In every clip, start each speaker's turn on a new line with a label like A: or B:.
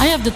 A: Eye of the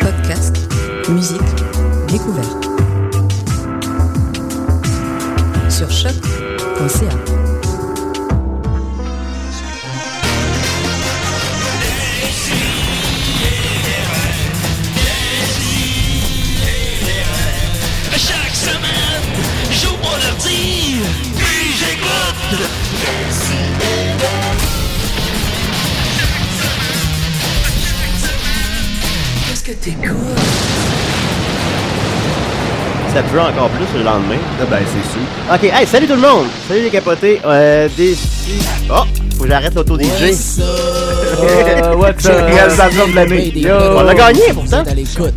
B: Podcast, musique, découverte. Sur choc.ca.
C: Chaque semaine, j'ouvre mon ordi, puis j'écoute. Qu'est-ce que
D: Ça pue encore plus le lendemain.
E: Ah ben, c'est sûr.
D: Ok, hey, salut tout le monde! Salut les capotés! Euh, des... Oh! Faut que j'arrête l'auto-DJ.
F: Euh, what's up?
D: Réalisation de l'année. Yo. On a gagné pourtant!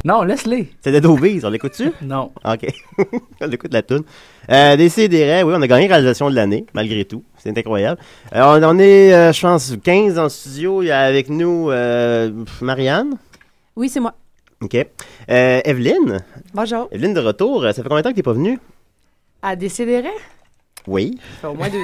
F: Non, laisse-les.
D: C'est de Dobies, on l'écoute-tu?
F: Non.
D: Ok. on écoute la toune. Euh, Décidérez, oui, on a gagné réalisation de l'année, malgré tout. C'est incroyable. Euh, on, on est, euh, je pense, 15 dans le studio. Il y a avec nous euh, Marianne.
G: Oui, c'est moi.
D: OK. Euh, Evelyne.
G: Bonjour.
D: Evelyne de retour. Euh, Ça fait combien de temps que t'es pas venue?
G: À Décideret?
D: Oui.
G: Ça fait au moins deux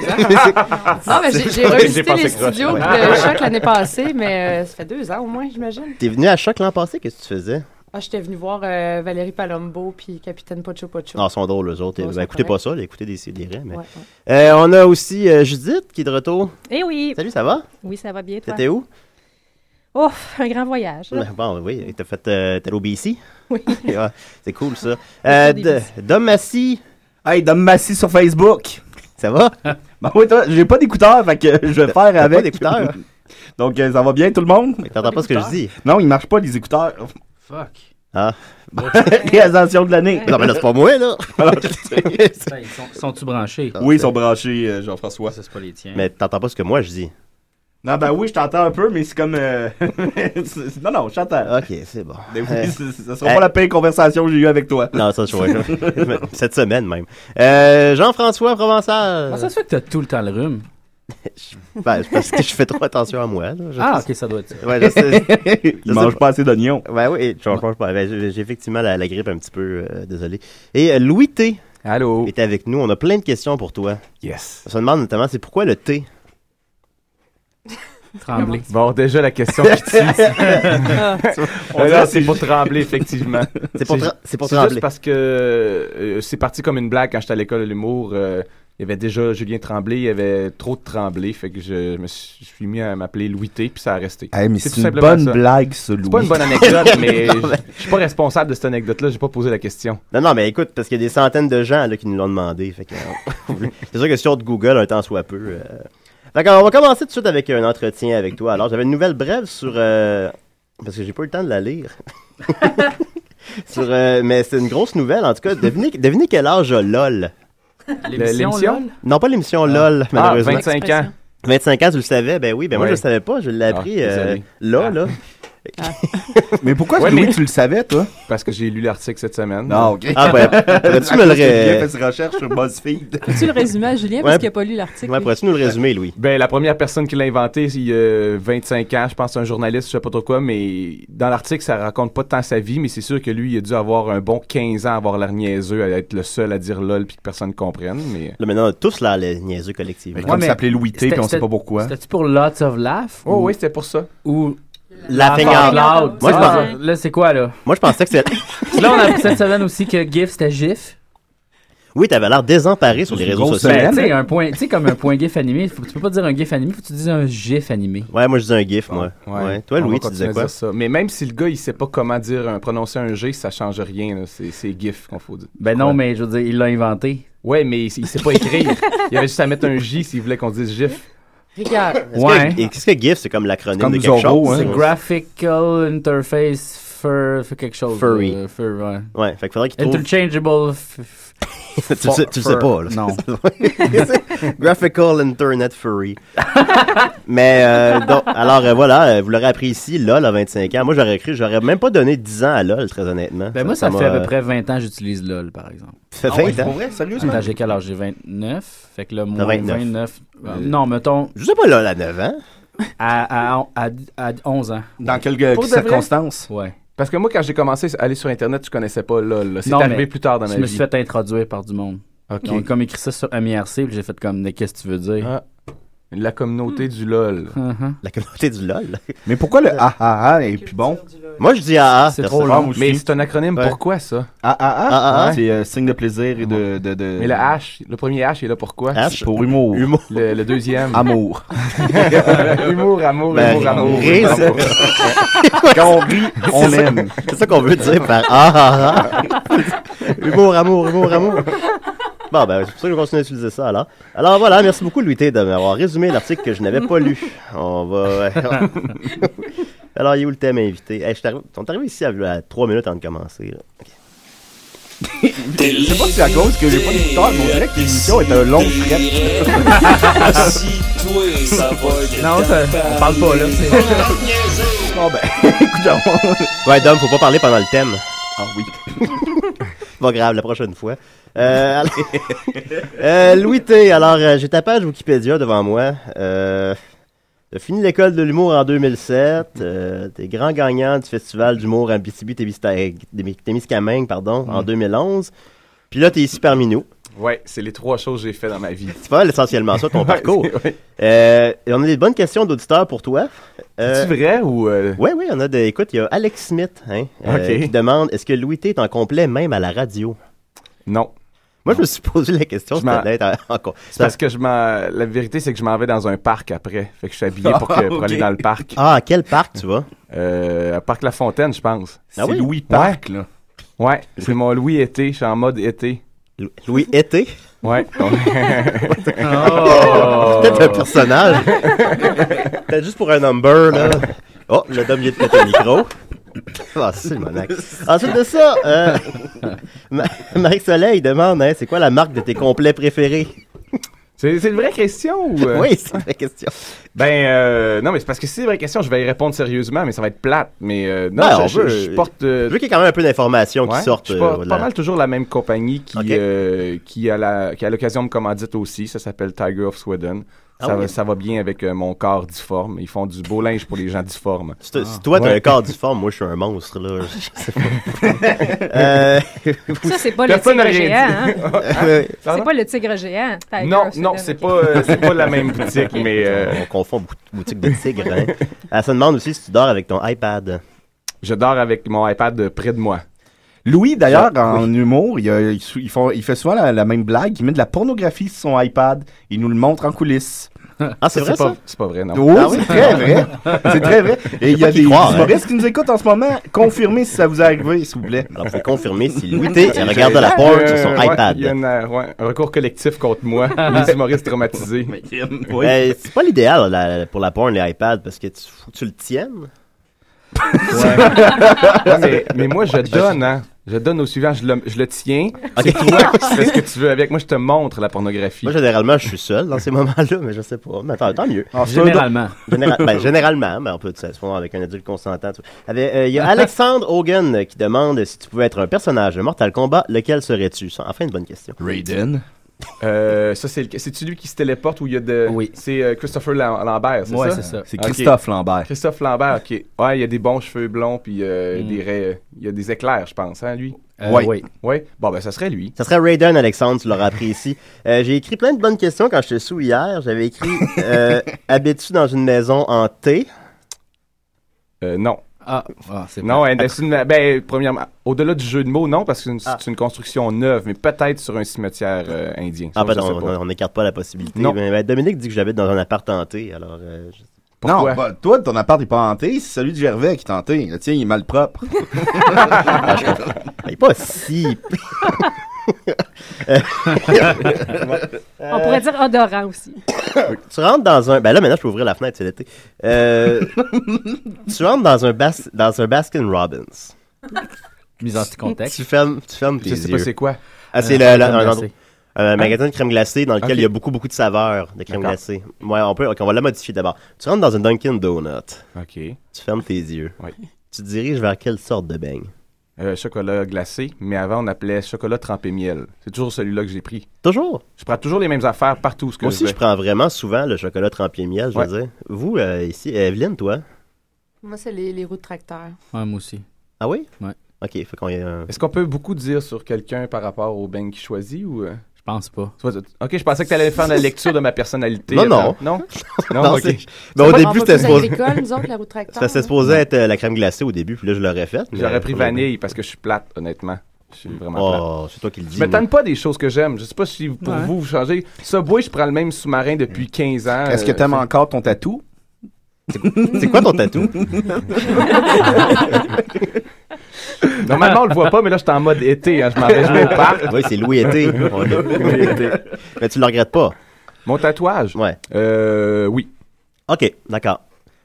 D: Ah,
G: ans. non, mais j'ai j'ai revisité les studios de Choc l'année passée, mais euh, ça fait deux ans au moins, j'imagine.
D: T'es venue à Choc l'an passé, qu'est-ce que tu faisais?
G: Ah, j'étais venu voir euh, Valérie Palombo puis Capitaine Pocho Pocho.
D: Ah, ils sont drôles, eux autres.
G: Ouais,
D: Ben,
G: c'est
D: écoutez pas
G: correct.
D: ça, écoutez des CDR. Mais...
G: Ouais, ouais.
D: Euh, on a aussi euh, Judith qui est de retour.
H: Eh oui.
D: Salut, ça va?
H: Oui, ça va bien, toi.
D: T'étais où? Ben,
H: Oh, un grand voyage. là.
D: Bon, oui, t'as fait. euh, T'es allé au BC?
H: Oui.
D: Ouais, c'est cool, ça. Euh,
H: des
D: D- Dom Massy,
E: Hey, Dom Massy sur Facebook.
D: ça va?
E: Ben oui, toi, j'ai pas d'écouteurs, fait que je vais faire
D: T'as pas
E: avec.
D: d'écouteurs?
E: Donc, euh, ça va bien, tout le monde?
D: T'entends pas ce que je dis?
E: Non, il marche pas, les écouteurs.
F: Fuck.
D: Ah.
E: Réalisation de l'année.
D: Non, mais là, c'est pas moi, là.
F: Ben, ils sont- Sont-tu branchés?
E: Ah, Oui, ils sont branchés, euh, Jean-François.
F: Ça, c'est pas les tiens.
D: mais t'entends pas ce que moi je dis.
E: Non, ben oui, je t'entends un peu, mais c'est comme... euh, c'est- non, non, je t'entends.
D: Ok, c'est bon.
E: Mais oui,
D: Euh,
E: c'est- ça sera
D: euh,
E: pas la pire conversation que j'ai eue avec toi.
D: non, ça, je vois. Cette semaine, même. Euh, Jean-François Provençal.
F: Comment ça se fait que t'as tout le temps le rhume?
D: Ben, c'est parce que je fais trop attention à moi, là. Je-
F: Ah, ok, ça doit être ça.
D: Ouais, je sais.
E: Il
D: sais
E: mange
D: pas.
E: pas assez d'oignons.
D: Ouais, oui, je pense pas. Ben, j'ai j'ai effectivement la, la grippe un petit peu, euh, désolé. Et euh, Louis T
E: Allô?
D: est avec nous. On a plein de questions pour toi.
I: Yes.
D: On se demande notamment, c'est pourquoi le thé?
F: Tremblé.
I: Bon, déjà, la question qui tue. Ben
E: On
I: Là, c'est
E: dirait c'est
I: pour trembler, effectivement.
D: C'est pour,
I: C'est-
D: tra- c'est pour
I: C'est juste
D: trembler.
I: parce que euh, c'est parti comme une blague quand j'étais à l'école de l'humour. euh, il y avait déjà Julien Tremblay, il y avait trop de Tremblay, fait que je me suis, je suis mis à m'appeler Louis T, puis ça a resté.
E: Hey, mais
I: C'est
E: c'est
I: tout
E: une
I: simplement
E: bonne
I: ça.
E: blague, ça, Louis.
I: C'est pas une bonne anecdote, mais je je suis pas responsable de cette anecdote-là, j'ai pas posé la question.
D: Non, non, mais écoute, parce qu'il y a des centaines de gens là, qui nous l'ont demandé. Fait que, euh, c'est sûr que si on te Google un temps soit peu. euh. Fait qu'on va commencer tout de suite avec un entretien avec toi. Alors, j'avais une nouvelle brève sur. euh, Parce que j'ai pas eu le temps de la lire. sur, euh, mais c'est une grosse nouvelle, en tout cas. Devinez, devinez quel âge a LOL.
F: L'émission,
I: l'émission?
F: là?
D: Non, pas l'émission LOL,
I: Ah,
D: malheureusement.
I: 25 ans.
D: 25 ans, tu le savais? Ben oui, ben moi
I: Ouais.
D: je le savais pas, je l'ai
I: Ah,
D: appris euh,
I: désolé.
D: là,
I: Ah.
D: là.
E: Mais pourquoi,
I: Ouais,
E: Louis,
I: mais-
E: tu le savais, toi?
I: Parce que j'ai lu l'article cette semaine.
E: OK.
D: Ah ben, pourrais-tu me le,
E: J'ai bien
D: ré-
E: fait ses recherches sur BuzzFeed.
J: Peux-tu le résumer à Julien
D: Ouais.
J: parce qu'il n'a pas lu l'article?
D: Ouais, pourrais-tu nous le résumer, Louis?
I: Ben, la première personne qui l'a inventé, il y a 25 ans, je pense, un journaliste, je sais pas trop quoi, mais dans l'article, ça raconte pas tant sa vie, mais c'est sûr que lui, il a dû avoir un bon 15 ans à avoir l'air niaiseux, à être le seul à dire lol puis que personne comprenne, mais.
D: Là maintenant, on a tous là, les niaiseux collectivement.
E: Comme
F: mais-
E: s'appelait Louis T,
F: C'était-
E: puis on sait
F: c'était-
E: pas pourquoi.
F: C'était-tu pour Lots of Laugh?
I: Oh
F: ou-
I: oui, c'était pour ça.
F: Ou
D: Laughing
F: Laugh
D: out.
F: out loud?
D: Moi, je
F: Ah,
D: pense-
F: Là, c'est quoi, là?
D: Moi je pensais que c'était...
F: Là, on a appris cette semaine aussi que GIF, c'était GIF.
D: Oui, t'avais l'air désemparé sur
E: C'est
D: les
E: une
D: réseaux
E: grosse
D: sociaux.
F: Ben, tu sais, un point, tu sais, comme un point GIF animé, faut, tu peux pas dire un GIF animé, faut que tu dises un GIF animé.
D: Ouais, moi je disais un gif, moi. Ouais. Toi,
I: On va
D: Louis, tu
I: continuer
D: disais
I: à
D: quoi?
I: dire ça. Mais même si le gars, il sait pas comment dire, un- prononcer un G, ça change rien, là. C'est, c'est GIF qu'on faut dire.
F: Ben non, mais je veux dire, il l'a inventé.
I: Ouais, mais il, il sait pas écrire. il avait juste à mettre un J s'il voulait qu'on dise GIF.
G: Regarde,
D: Est-ce
F: Ouais.
D: que- et Qu'est-ce que gif, c'est comme l'acronyme
E: Comme
D: de quelque
E: Zorro,
D: chose?
E: hein.
D: c'est-
F: Graphical Interface for, for quelque chose.
D: Furry.
F: euh, fur- ouais.
D: Ouais, fait qu'il faudrait qu'il trouve...
F: Interchangeable f- f-
D: tu, le sais, tu le sais pas, là.
F: Non.
D: Graphical Internet Furry. Mais, euh, donc, alors euh, voilà, euh, vous l'aurez appris ici, LOL à 25 ans. Moi, j'aurais cru, j'aurais même pas donné 10 ans à LOL, très honnêtement.
F: Ben moi, ça,
D: m'a,
F: fait à peu
D: euh,
F: près 20 ans que j'utilise LOL, par exemple.
D: fait
E: Ah ouais,
D: 20
E: pour
D: ans.
E: vrai, sérieusement?
F: Attends, j'ai quel âge? J'ai 29. Fait que là, moins
D: 29.
F: 29. non, mettons,
D: Je sais pas LOL à 9 ans.
F: à, à, à, à 11 ans.
E: Dans quelles
F: Pour de vrai?
E: circonstances?
F: Ouais.
I: Parce que moi, quand j'ai commencé à aller sur Internet, tu connaissais pas LOL. là. C'est
F: Non,
I: arrivé
F: mais
I: plus tard dans ma
F: Je
I: vie.
F: me suis fait introduire par du monde.
I: Ok.
F: Ils ont comme écrit ça sur MIRC, puis j'ai fait comme, mais qu'est-ce que tu veux dire?
I: Ah. La
D: Hmm.
I: communauté du LOL.
F: Mhm.
D: La communauté du LOL.
E: Mais pourquoi le ah ah ah et puis bon?
D: Moi, je dis ah ah.
F: C'est
D: perso.
F: trop long.
I: Mais c'est un acronyme.
D: Ouais.
I: Pourquoi ça?
E: Ah ah
D: Ah,
E: ah?
D: ah, ah.
E: C'est euh, signe de plaisir et de. de, de-
I: Mais le H, le premier H, il est là pourquoi?
D: H.
E: Pour humour.
D: Humour.
I: Le, le deuxième.
E: Amour.
I: humour, amour,
D: Ben,
I: humour, amour.
D: rire, c'est-
E: Quand on rit, on
D: C'est ça-
E: aime.
D: C'est ça qu'on veut dire par ah ah ah. humour, amour, humour, amour. Bon, ben, c'est pour ça que je continue à utiliser ça, alors. Alors voilà, merci beaucoup, Louis T, de m'avoir résumé l'article que je n'avais pas lu. On va. alors, il est où le thème invité? Hey, je suis arrivé- On est arrivé ici à, à 3 minutes avant de commencer. là.
E: Je sais pas si c'est à cause que j'ai pas d'écouteur, mais on dirait que l'émission est un long fret.
F: Non, ça- on parle pas, là. c'est-
E: Ah ben, écoute,
D: Ouais, Dom, faut pas parler pendant le thème.
E: Ah oui.
D: Pas grave, la prochaine fois. Euh, alors- Euh, Louis T, alors euh, j'ai ta page Wikipédia devant moi. Euh, T'as fini l'école de l'humour en 2007. Euh, T'es grand gagnant du festival d'humour Abitibi-Témiscamingue pardon,
E: Mm.
D: en 2011. Puis là, t'es ici parmi nous.
I: Ouais, c'est les trois choses que j'ai fait dans ma vie.
D: C'est pas mal essentiellement ça, ton parcours.
I: Ouais.
D: Euh, et on a des bonnes questions d'auditeurs pour toi. Euh,
I: C'est vrai ou. euh,
D: oui, oui, on a des. Écoute, il y a Alex Smith hein, euh,
I: Ok.
D: qui demande est-ce que Louis T est en complet même à la radio
I: Non.
D: Moi, je me suis posé la question
I: Je
D: si ça
I: m'en-
D: allait être en- en co-
I: C'est parce que je m'en. La vérité, c'est que je m'en vais dans un parc après. Fait que je suis habillé pour, que- pour
E: Ah, ok.
I: aller dans le parc.
D: Ah, à quel parc tu vas
I: Euh, à parc La Fontaine, je pense.
D: Ah
E: c'est
D: oui?
E: Louis Parc, là.
I: Ouais, c'est mon Louis été. Je suis en mode été.
D: Lou- Louis Été
I: Ouais. Oh.
D: C'est peut-être un personnage. peut-être juste pour un number, là. Oh, le dom, il est le micro. Ah, c'est le monac. Ensuite de ça, euh, Ma- Marie Soleil demande hein, c'est quoi la marque de tes complets préférés
I: c'est c'est une vraie question ou. euh?
D: Oui, c'est la question.
I: Ben, euh, non, mais c'est parce que si c'est une vraie question, je vais y répondre sérieusement, mais ça va être plate. Mais euh, non,
D: Ben, on
I: je, je-
D: veut-
I: je porte. euh,
D: Je veux qu'il y ait quand même un peu d'informations
I: Ouais,
D: qui sortent.
I: Je suis pas,
D: euh, de
I: pas
D: la-
I: mal toujours la même compagnie qui,
D: Ok.
I: euh, qui a la- qui a l'occasion de commandite aussi. Ça s'appelle Tiger of Sweden.
D: Ah
I: ça,
D: oui.
I: va, ça va bien avec euh, mon corps difforme. Ils font du beau linge pour les gens difformes.
D: Si, t- si toi, t'as un corps difforme, moi, je suis un monstre, là. Je sais pas. Euh,
H: Ça, c'est pas le
I: Personne n'a
H: tigre
I: rien
H: géant.
I: dit.
H: hein.
D: euh,
I: Pardon?
H: C'est pas le tigre géant. Tiger
I: non,
H: Sweden,
I: non, c'est
H: ok.
I: pas, euh, c'est pas la même boutique, mais euh,
D: on confond bout- boutique de tigre. Hein. Elle se demande aussi si tu dors avec ton iPad.
I: je dors avec mon iPad euh, près de moi.
E: Louis, d'ailleurs, en humour, il, a- il sou- il font- il fait souvent la, la même blague. Il met de la pornographie sur son iPad. Il nous le montre en coulisses.
D: Ah, c'est vrai,
I: pas,
D: ça?
I: C'est pas vrai, non.
E: Oh, c'est très vrai. C'est très vrai. Et il y
D: pas
E: a
D: qu'y
E: des
D: croire, hein.
E: humoristes qui nous écoutent en ce moment. Confirmez si ça vous est arrivé, s'il vous plaît.
D: Alors, faut confirmer si Louis T regarde de la porn sur son
I: Euh, ouais,
D: iPad.
I: il y a une, euh, ouais, un recours collectif contre moi, les humoristes traumatisés.
E: Oui.
D: Ben, c'est pas l'idéal la- pour la porn, les iPads, parce que tu, faut que tu le tiennes.
I: Ouais, mais, mais moi, je donne, hein. Je donne au suivant, je le, je le tiens. C'est toi qui fais ce que tu veux avec. Moi, je te montre la pornographie.
D: Moi, généralement, je suis seul dans ces moments-là, mais je sais pas. Mais attends, tant mieux.
F: Ah,
E: Alors, c'est un don-
F: Généralement.
D: Général- ben, généralement, mais on peut tu sais, souvent avec un adulte consentant. tu vois. Avec, euh, Il y a Alexandre Hogan euh, qui demande si tu pouvais être un personnage de Mortal Kombat, lequel serais-tu? Ça, Enfin, une bonne question.
E: Raiden.
I: Euh, ça, c'est le- c'est-tu lui qui se téléporte où il y a de.
F: Oui.
I: C'est euh, Christopher Lam- Lambert, c'est
F: Ouais,
I: ça?
F: c'est ça.
E: C'est
I: Ok.
E: Christophe Lambert.
I: Christophe Lambert, ok. Ouais, il y a des bons cheveux blonds, puis euh,
F: Mm.
I: des raies- il y a des éclairs, je pense, hein, lui?
F: Euh,
E: Ouais.
F: oui.
I: Ouais. Bon, ben, ça serait lui.
D: Ça serait Raiden, Alexandre, tu l'auras appris ici. Euh, J'ai écrit plein de bonnes questions quand j'étais sous hier. J'avais écrit euh, « Habites-tu dans une maison hantée?
I: Euh, non.
F: Ah, ah, c'est
I: Non, hein, c'est une- ben, premièrement, au-delà du jeu de mots, non, parce que c'est une, c'est
D: Ah.
I: une construction neuve, mais peut-être sur un cimetière euh, indien. »
D: Ah
I: Ça,
D: ben
I: je sais
D: non,
I: pas.
D: on- on n'écarte pas la possibilité.
I: Non.
D: Ben, ben, Dominique dit que j'habite dans un appart hanté, alors... euh, je-
I: Pourquoi?
E: Non, bah, toi, ton appart est pas hanté, c'est celui de Gervais qui est hanté. Le tien, il est mal propre.
D: Il est pas si...
H: On pourrait
D: Euh.
H: dire odorant aussi.
D: Tu rentres dans un. Ben là, maintenant, je peux ouvrir la fenêtre, c'est l'été. Euh, tu rentres dans un, bas... dans un Baskin Robbins.
F: mise en contexte.
D: Tu fermes, tu fermes tes
I: Je sais
D: yeux.
I: pas c'est quoi.
D: Ah, c'est
F: Euh,
D: le- le-
F: crème
D: un
F: glacée.
D: endroit- un magasin de crème glacée dans lequel
I: Hein? Ok.
D: il y a beaucoup, beaucoup de saveurs de crème
I: D'accord.
D: glacée. Ouais, on peut, ok, on va la modifier d'abord. Tu rentres dans un Dunkin' Donut,
I: OK.
D: tu fermes tes yeux.
I: Oui.
D: Tu te diriges vers quelle sorte de beigne
I: Euh, chocolat glacé, mais avant on appelait chocolat trempé miel. C'est toujours celui-là que j'ai pris.
D: Toujours.
I: Je prends toujours les mêmes affaires partout où ce que
D: Moi aussi,
I: je
D: je
I: vais.
D: prends vraiment souvent le chocolat trempé miel, je veux dire. Vous, euh, ici, euh, Evelyne, toi
G: Moi, c'est les, les roues de tracteur.
F: Ouais, moi aussi.
D: Ah oui
F: Ouais.
D: Ok, faut qu'on y ait un.
I: Est-ce qu'on peut beaucoup dire sur quelqu'un par rapport au bain qu'il choisit ou euh,
F: Je pense pas.
I: soit- Ok, je pensais que t'allais faire la lecture de ma personnalité.
D: Non, non.
I: Attends. Non.
D: Non,
I: ok.
D: c'est- Ben, au
G: On
D: début,
G: va
D: c'était
G: plus
D: supposé...
G: à l'école, nous autres, la roue de tracteur.
D: c'était supposé être euh, la crème glacée au début, puis là, je l'aurais faite. mais-
I: J'aurais pris vanille parce que je suis plate, honnêtement. Je suis vraiment plate.
D: Oh, c'est toi qui le dis.
I: Je me
D: moi.
I: tanne pas des choses que j'aime. Je sais pas si pour
F: Ouais.
I: vous, vous changez. Subway, je prends le même sous-marin depuis 15 ans.
E: Est-ce que
I: Euh,
E: t'aimes
I: c'est-
E: encore ton tatou?
D: C'est quoi ton tatou
I: Normalement, on le voit pas, mais là, je suis en mode été. hein. Je m'en vais jouer au parc.
D: Oui, c'est Louis Été. Mais tu le regrettes pas.
I: Mon tatouage?
D: Ouais.
I: Euh, oui,
D: Ok, d'accord.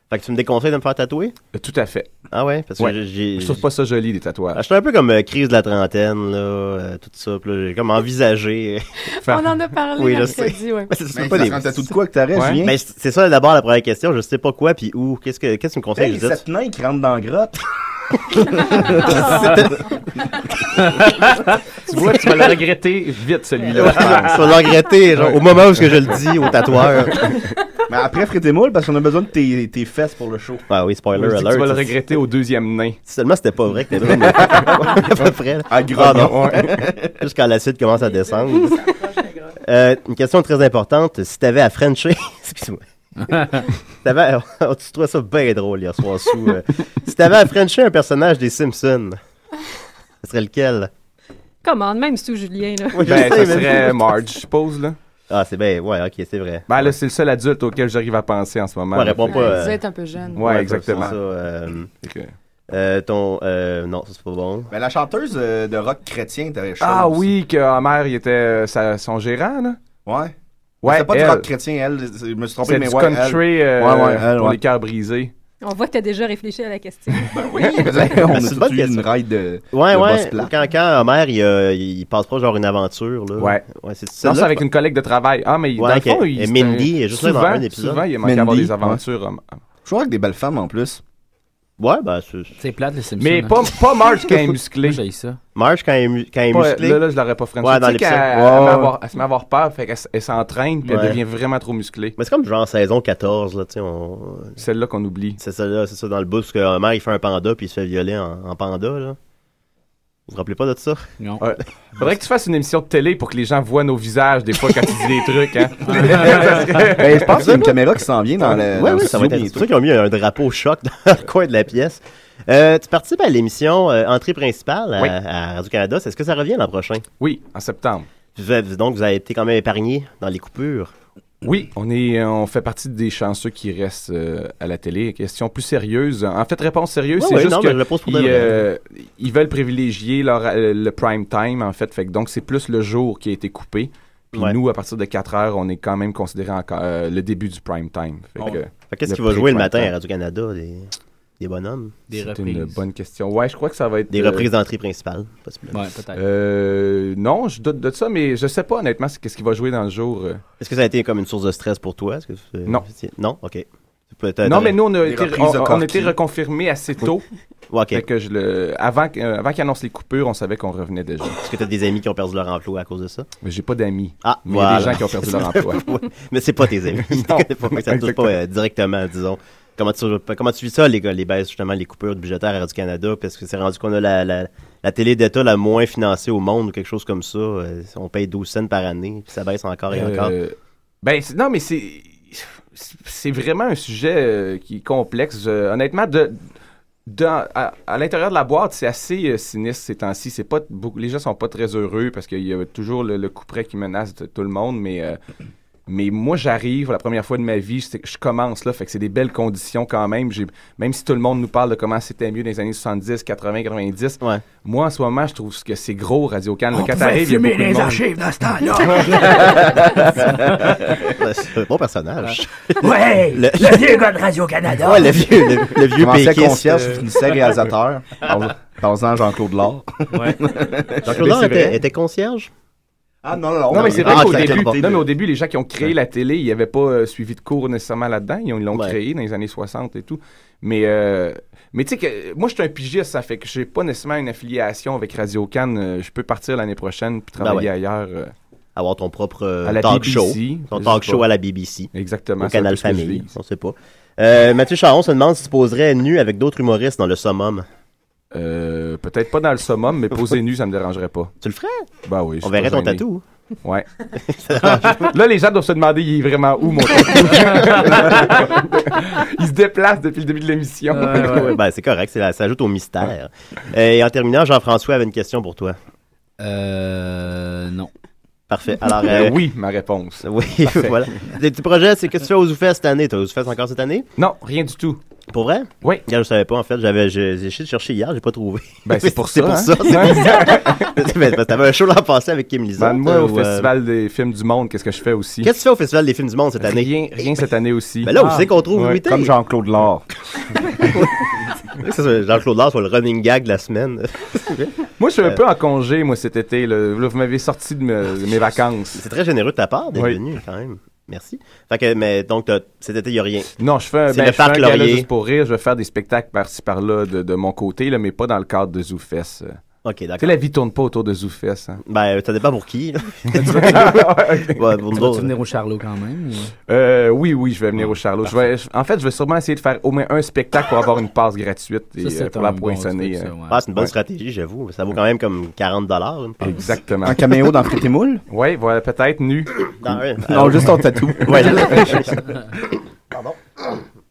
D: Fait que tu me déconseilles de me faire tatouer
I: Euh, tout à fait.
D: Ah ouais, parce que
I: Ouais.
D: j'ai.
I: Je trouve pas ça joli, des tatouages.
D: J'étais un peu comme euh, crise de la trentaine, là, euh, tout ça, puis là, j'ai comme envisagé.
I: Faire-
G: On en a parlé
D: Oui, je sais.
G: mercredi, ouais.
D: Mais c'est- c'est
E: Mais
D: pas
E: ça
D: des-
E: prend un tatou de quoi que t'arrêtes,
I: Ouais.
E: Julien?
D: Mais c'est c'est ça d'abord la première question, je sais pas quoi puis où, qu'est-ce que qu'est-ce que tu me conseilles
E: Hey,
D: que je dise
E: cette nain qui rentre dans la grotte.
I: Tu vois, tu vas le regretter vite, celui-là. je pense.
D: Tu vas le regretter genre, au moment où ce que je le dis au tatoueur.
E: Mais après, Fred et Moule, parce qu'on a besoin de tes, tes fesses pour le show.
D: Ah oui, spoiler
I: Je dis que
D: alert.
I: tu vas le
D: ça,
I: regretter au deuxième nain.
D: Si seulement c'était pas vrai que t'es drôle, mais à peu près. là.
E: À
D: Ah non. Juste quand la suite commence à descendre. Euh, une question très importante. Si t'avais à Frencher, excuse-moi. Si t'avais- oh, tu trouvais ça bien drôle hier soir sous. euh, si t'avais à Frencher un personnage des Simpsons, ce serait lequel
H: Commande, même sous Julien, là.
D: Oui, je
I: Ben,
D: sais,
I: ça
D: mais-
I: serait Marge, je suppose, là.
D: Ah, c'est bien, ouais, ok, c'est vrai.
I: Ben, là, c'est le seul adulte auquel j'arrive à penser en ce moment.
D: Ouais, réponds
G: Vous
D: pas. euh,
G: êtes un peu jeune.
I: Ouais, exactement.
D: c'est ça, euh,
I: Fait que-
D: euh, ton. euh, non, ça c'est pas bon.
E: Mais la chanteuse euh, de rock chrétien, t'avais chose.
I: Ah oui, que Homer, il était euh, sa- son gérant, là.
E: Ouais.
I: Ouais,
E: c'est pas
I: elle.
E: du rock chrétien, elle. c'est- Je me suis trompé,
I: C'est
E: mais
I: du
E: ouais. elle.
I: country euh,
E: Ouais, ouais, elle,
I: pour
E: ouais.
I: les cœurs brisés.
H: On voit que t'as déjà réfléchi à la question.
I: Ben
E: Oui,
H: Ben,
E: on
D: C'est
E: a
D: une
E: tous
D: bonne
E: eu
D: question.
E: une ride euh, de.
D: Ouais,
E: Le
D: ouais.
E: boss plat.
D: Quand, quand Homer, il, euh, il passe pas genre une aventure, là.
I: Ouais.
D: Ouais, c'est
I: Non,
D: celle-là,
I: c'est avec une collègue de travail. Ah, mais
D: Ouais,
I: dans le
D: que-
I: fond, il,
D: et
I: c'est
D: Mindy
I: un-
D: est juste là dans
I: souvent-
D: un épisode.
I: Souvent, il manquait à
E: Mindy,
I: avoir des
E: ouais.
I: aventures. hum, hum.
E: Je crois avec des belles femmes en plus.
D: Ouais, ben, c'est.
F: C'est plate, le Simpson.
I: Mais
F: hein.
I: pas, pas Marge quand elle est
F: Moi,
I: musclée.
F: j'ai ça.
D: Marge, quand il est, mu- quand il est
I: Pas-
D: musclé.
I: là, là, je l'aurais pas frenché.
D: Ouais,
I: Tu
D: dans
I: sais qu'elle-
D: l'épisode.
I: elle,
E: Ouais,
I: met
E: ouais.
I: avoir- elle se met à avoir peur, fait qu'elle s- elle s'entraîne, puis
D: Ouais.
I: elle devient vraiment trop musclée.
D: Mais c'est comme genre saison 14, là, tu sais, on...
I: Celle-là qu'on oublie.
D: C'est ça, là, c'est ça, dans le bus, que Homer, il fait un panda, puis il se fait violer en, en panda, là. Vous vous rappelez pas de ça?
F: Non.
I: Ouais. Faudrait que tu fasses une émission de télé pour que les gens voient nos visages des fois quand tu dis des trucs. Hein.
E: Ben, je pense qu'il y a une caméra qui s'en vient dans le.
D: Ouais,
E: dans
D: oui,
E: le
D: ça va être...
E: studio
D: C'est pour ça qu'ils ont mis un drapeau choc dans le coin de la pièce. Euh, tu participes à l'émission euh, Entrée principale à,
I: Oui.
D: à Radio-Canada. Est-ce que ça revient l'an prochain?
I: Oui, en septembre.
D: Vous avez- donc, vous avez été quand même épargné dans les coupures.
I: Oui, on est, on fait partie des chanceux qui restent euh, à la télé. Question plus sérieuse. En fait, réponse sérieuse,
D: Ouais,
I: c'est
D: ouais,
I: juste
D: non,
I: que
D: mais je le pose pour
I: ils,
D: de vrai.
I: euh, ils veulent privilégier leur, euh, le prime time, en fait. fait que donc, c'est plus le jour qui a été coupé. Puis
D: Ouais.
I: nous, à partir de 4 heures, on est quand même considéré encore euh, le début du prime time. Fait
E: Oh.
I: que
D: Fait que Qu'est-ce
I: Le
D: qui va jouer
I: pré-prime
D: le matin à
I: time.
D: Radio-Canada? Des, des bonhommes?
F: Des
I: c'est
F: reprises.
I: une bonne question. Ouais, je crois que ça va être.
D: Des
I: euh,
D: reprises d'entrée principale, possiblement.
F: Ouais, peut-être.
I: euh, non, je doute de ça, mais je sais pas honnêtement c'est qu'est-ce qui va jouer dans le jour. euh.
D: Est-ce que ça a été comme une source de stress pour toi? Est-ce que c'est-
I: Non.
D: c'est- Non? OK. Peut-être-
I: Non, mais nous, on a
E: des
I: été,
E: reprises de
I: on- on a
E: Corky.
I: été reconfirmés assez tôt.
D: Ouais, OK.
I: Fait que je le, avant, que- euh, avant qu'ils annoncent les coupures, on savait qu'on revenait déjà.
D: Est-ce que tu as des amis qui ont perdu leur emploi à cause de ça?
I: Mais j'ai pas d'amis.
D: Ah,
I: Mais il y a
D: voilà.
I: des gens qui ont perdu leur emploi.
D: Ouais, Mais c'est pas tes amis.
I: Non.
D: ça ne touche pas euh, directement, disons. Comment tu, comment tu vis ça, les, gars, les baisses, justement, les coupures budgétaires à Radio-Canada? Parce que c'est rendu qu'on a la, la, la télé d'État la moins financée au monde ou quelque chose comme ça. Euh, on paye 12 cents par année, puis ça baisse encore et encore.
I: Euh, ben, c'est- non, mais c'est. C'est vraiment un sujet euh, qui est complexe. Euh, honnêtement, de, dans- à, à l'intérieur de la boîte, c'est assez euh, sinistre ces temps-ci. C'est pas t- beaucoup, les gens sont pas très heureux parce qu'il y a toujours le, le coup près qui menace t- tout le monde. Mais, euh, mais moi, j'arrive pour la première fois de ma vie. c'est- Je commence là, fait que c'est des belles conditions quand même. J'ai- Même si tout le monde nous parle de comment c'était mieux dans les années 70, 80, 90,
D: Ouais.
I: moi en ce moment, je trouve que c'est gros Radio Can. Quand t'arrives, il y a beaucoup de monde.
F: dans ce temps-là.
D: c'est un bon personnage.
F: ouais!
D: Le-
F: vieux gars de Radio-Canada.
D: Ouais, le vieux, le, le vieux
E: Commençait
D: péquiste,
E: concierge,
D: euh,
E: finissait réalisateur. Parlons-en à Jean-Claude Laure.
I: Ouais.
D: Jean-Claude
I: Mais
D: Laure
I: c'est
D: était,
I: vrai.
D: était concierge?
E: Ah non, non, non.
I: Non, mais c'est vrai
D: Ah,
I: qu'au
D: ça a été
I: début,
D: reporté,
I: non, mais
D: là.
I: au début, les gens qui ont créé la télé, ils n'avaient pas euh, suivi de cours nécessairement là-dedans. Ils ont- ils l'ont
D: Ouais.
I: créé dans les années 60 et tout. Mais, euh, mais tu sais que moi, je suis un pigiste, ça fait que je n'ai pas nécessairement une affiliation avec Radio Cannes. Euh, Je peux partir l'année prochaine puis
D: Ben
I: travailler
D: ouais.
I: ailleurs euh,
D: Avoir ton propre euh,
I: à la
D: talk
I: BBC.
D: show. Ton
I: Je
D: talk
I: sais
D: show
I: pas.
D: à la BBC.
I: Exactement.
D: au
I: c'est un
D: Canal
I: peu ce que je
D: Famille.
I: vis.
D: On sait pas. Euh, Mathieu Charon se demande si tu poserais nu avec d'autres humoristes dans le summum.
I: Euh, Peut-être pas dans le summum, mais poser nu, ça me dérangerait pas.
D: Tu le ferais?
I: Ben oui. je
D: On
I: suis pas
D: verrait ton
I: gêné.
D: tatou.
I: Ouais. Là, les gens doivent se demander, il est vraiment où, mon tatou? il se déplace depuis le début de l'émission.
F: Ouais, ouais.
D: Ben, c'est correct, c'est la- ça ajoute au mystère. Euh, Et en terminant, Jean-François avait une question pour toi.
J: Euh. Non.
D: Parfait. Alors,
I: Euh,
D: euh,
I: oui, ma réponse.
D: oui, voilà. Tes petits projets, c'est qu'est-ce que tu fais aux Zoufest cette année? T'as aux Zoufest encore cette année?
I: Non, rien du tout.
D: Pour vrai?
I: Oui.
D: Regarde, je savais pas, en fait. J'avais, je- j'ai essayé de chercher hier, j'ai pas trouvé.
I: Ben, c'est pour
D: C'est
I: ça,
D: pour
I: hein.
D: ça. c'est pour ça. Ben, parce que t'avais un show l'an passé avec Kim Lizard.
I: Demande-moi Ben, au
D: euh,
I: Festival des films du monde, qu'est-ce que je fais aussi.
D: Qu'est-ce que tu fais au Festival des films du monde cette année?
I: Rien, rien cette année aussi. Ah.
D: Ben là, vous savez qu'on trouve
I: Ouais,
D: Louis T.
E: Comme Jean-Claude Laure.
D: Ça, c'est- Jean-Claude Lard, soit le running gag de la semaine.
I: Moi, je
D: Euh.
I: suis un peu en congé, moi, cet été. Là, Là, vous m'avez sorti de, me- de mes vacances.
D: C'est très généreux de ta part d'être
I: Oui.
D: venu, quand même. Merci. Fait que, mais donc, t'as- cet été, il n'y a rien.
I: Non, je fais, un-
D: C'est
I: ben,
D: le
I: je fais un
D: Parc
I: gala
D: Laurier.
I: juste pour rire. Je vais faire des spectacles par-ci, par-là de, de mon côté, là, mais pas dans le cadre de Zoufest. euh.
D: OK,
I: Tu sais,
D: d'accord.
I: la vie tourne pas autour de Zoufest. hein.
D: Ben, ça dépend pour qui. là. Ouais, pour
J: Tu
D: nous
J: vas
D: autres.
J: venir au Charlot quand même? ou-
I: Euh, oui, oui, je vais venir au Charlot. Je vais, je- en fait, je vais sûrement essayer de faire au moins un spectacle pour avoir une passe gratuite et
J: Ça,
I: euh,
J: c'est
I: pour la
J: un bon
I: poinçonner.
J: truc, ça,
I: euh.
J: ouais.
D: Ah, c'est une bonne stratégie, j'avoue. Ça vaut quand même comme 40 dollars.
I: Exactement.
E: Un caméo dans Frites et Moules?
I: Oui, voilà, peut-être nu.
E: Non, juste ton tatou.
D: Ah, Ouais, là- Pardon.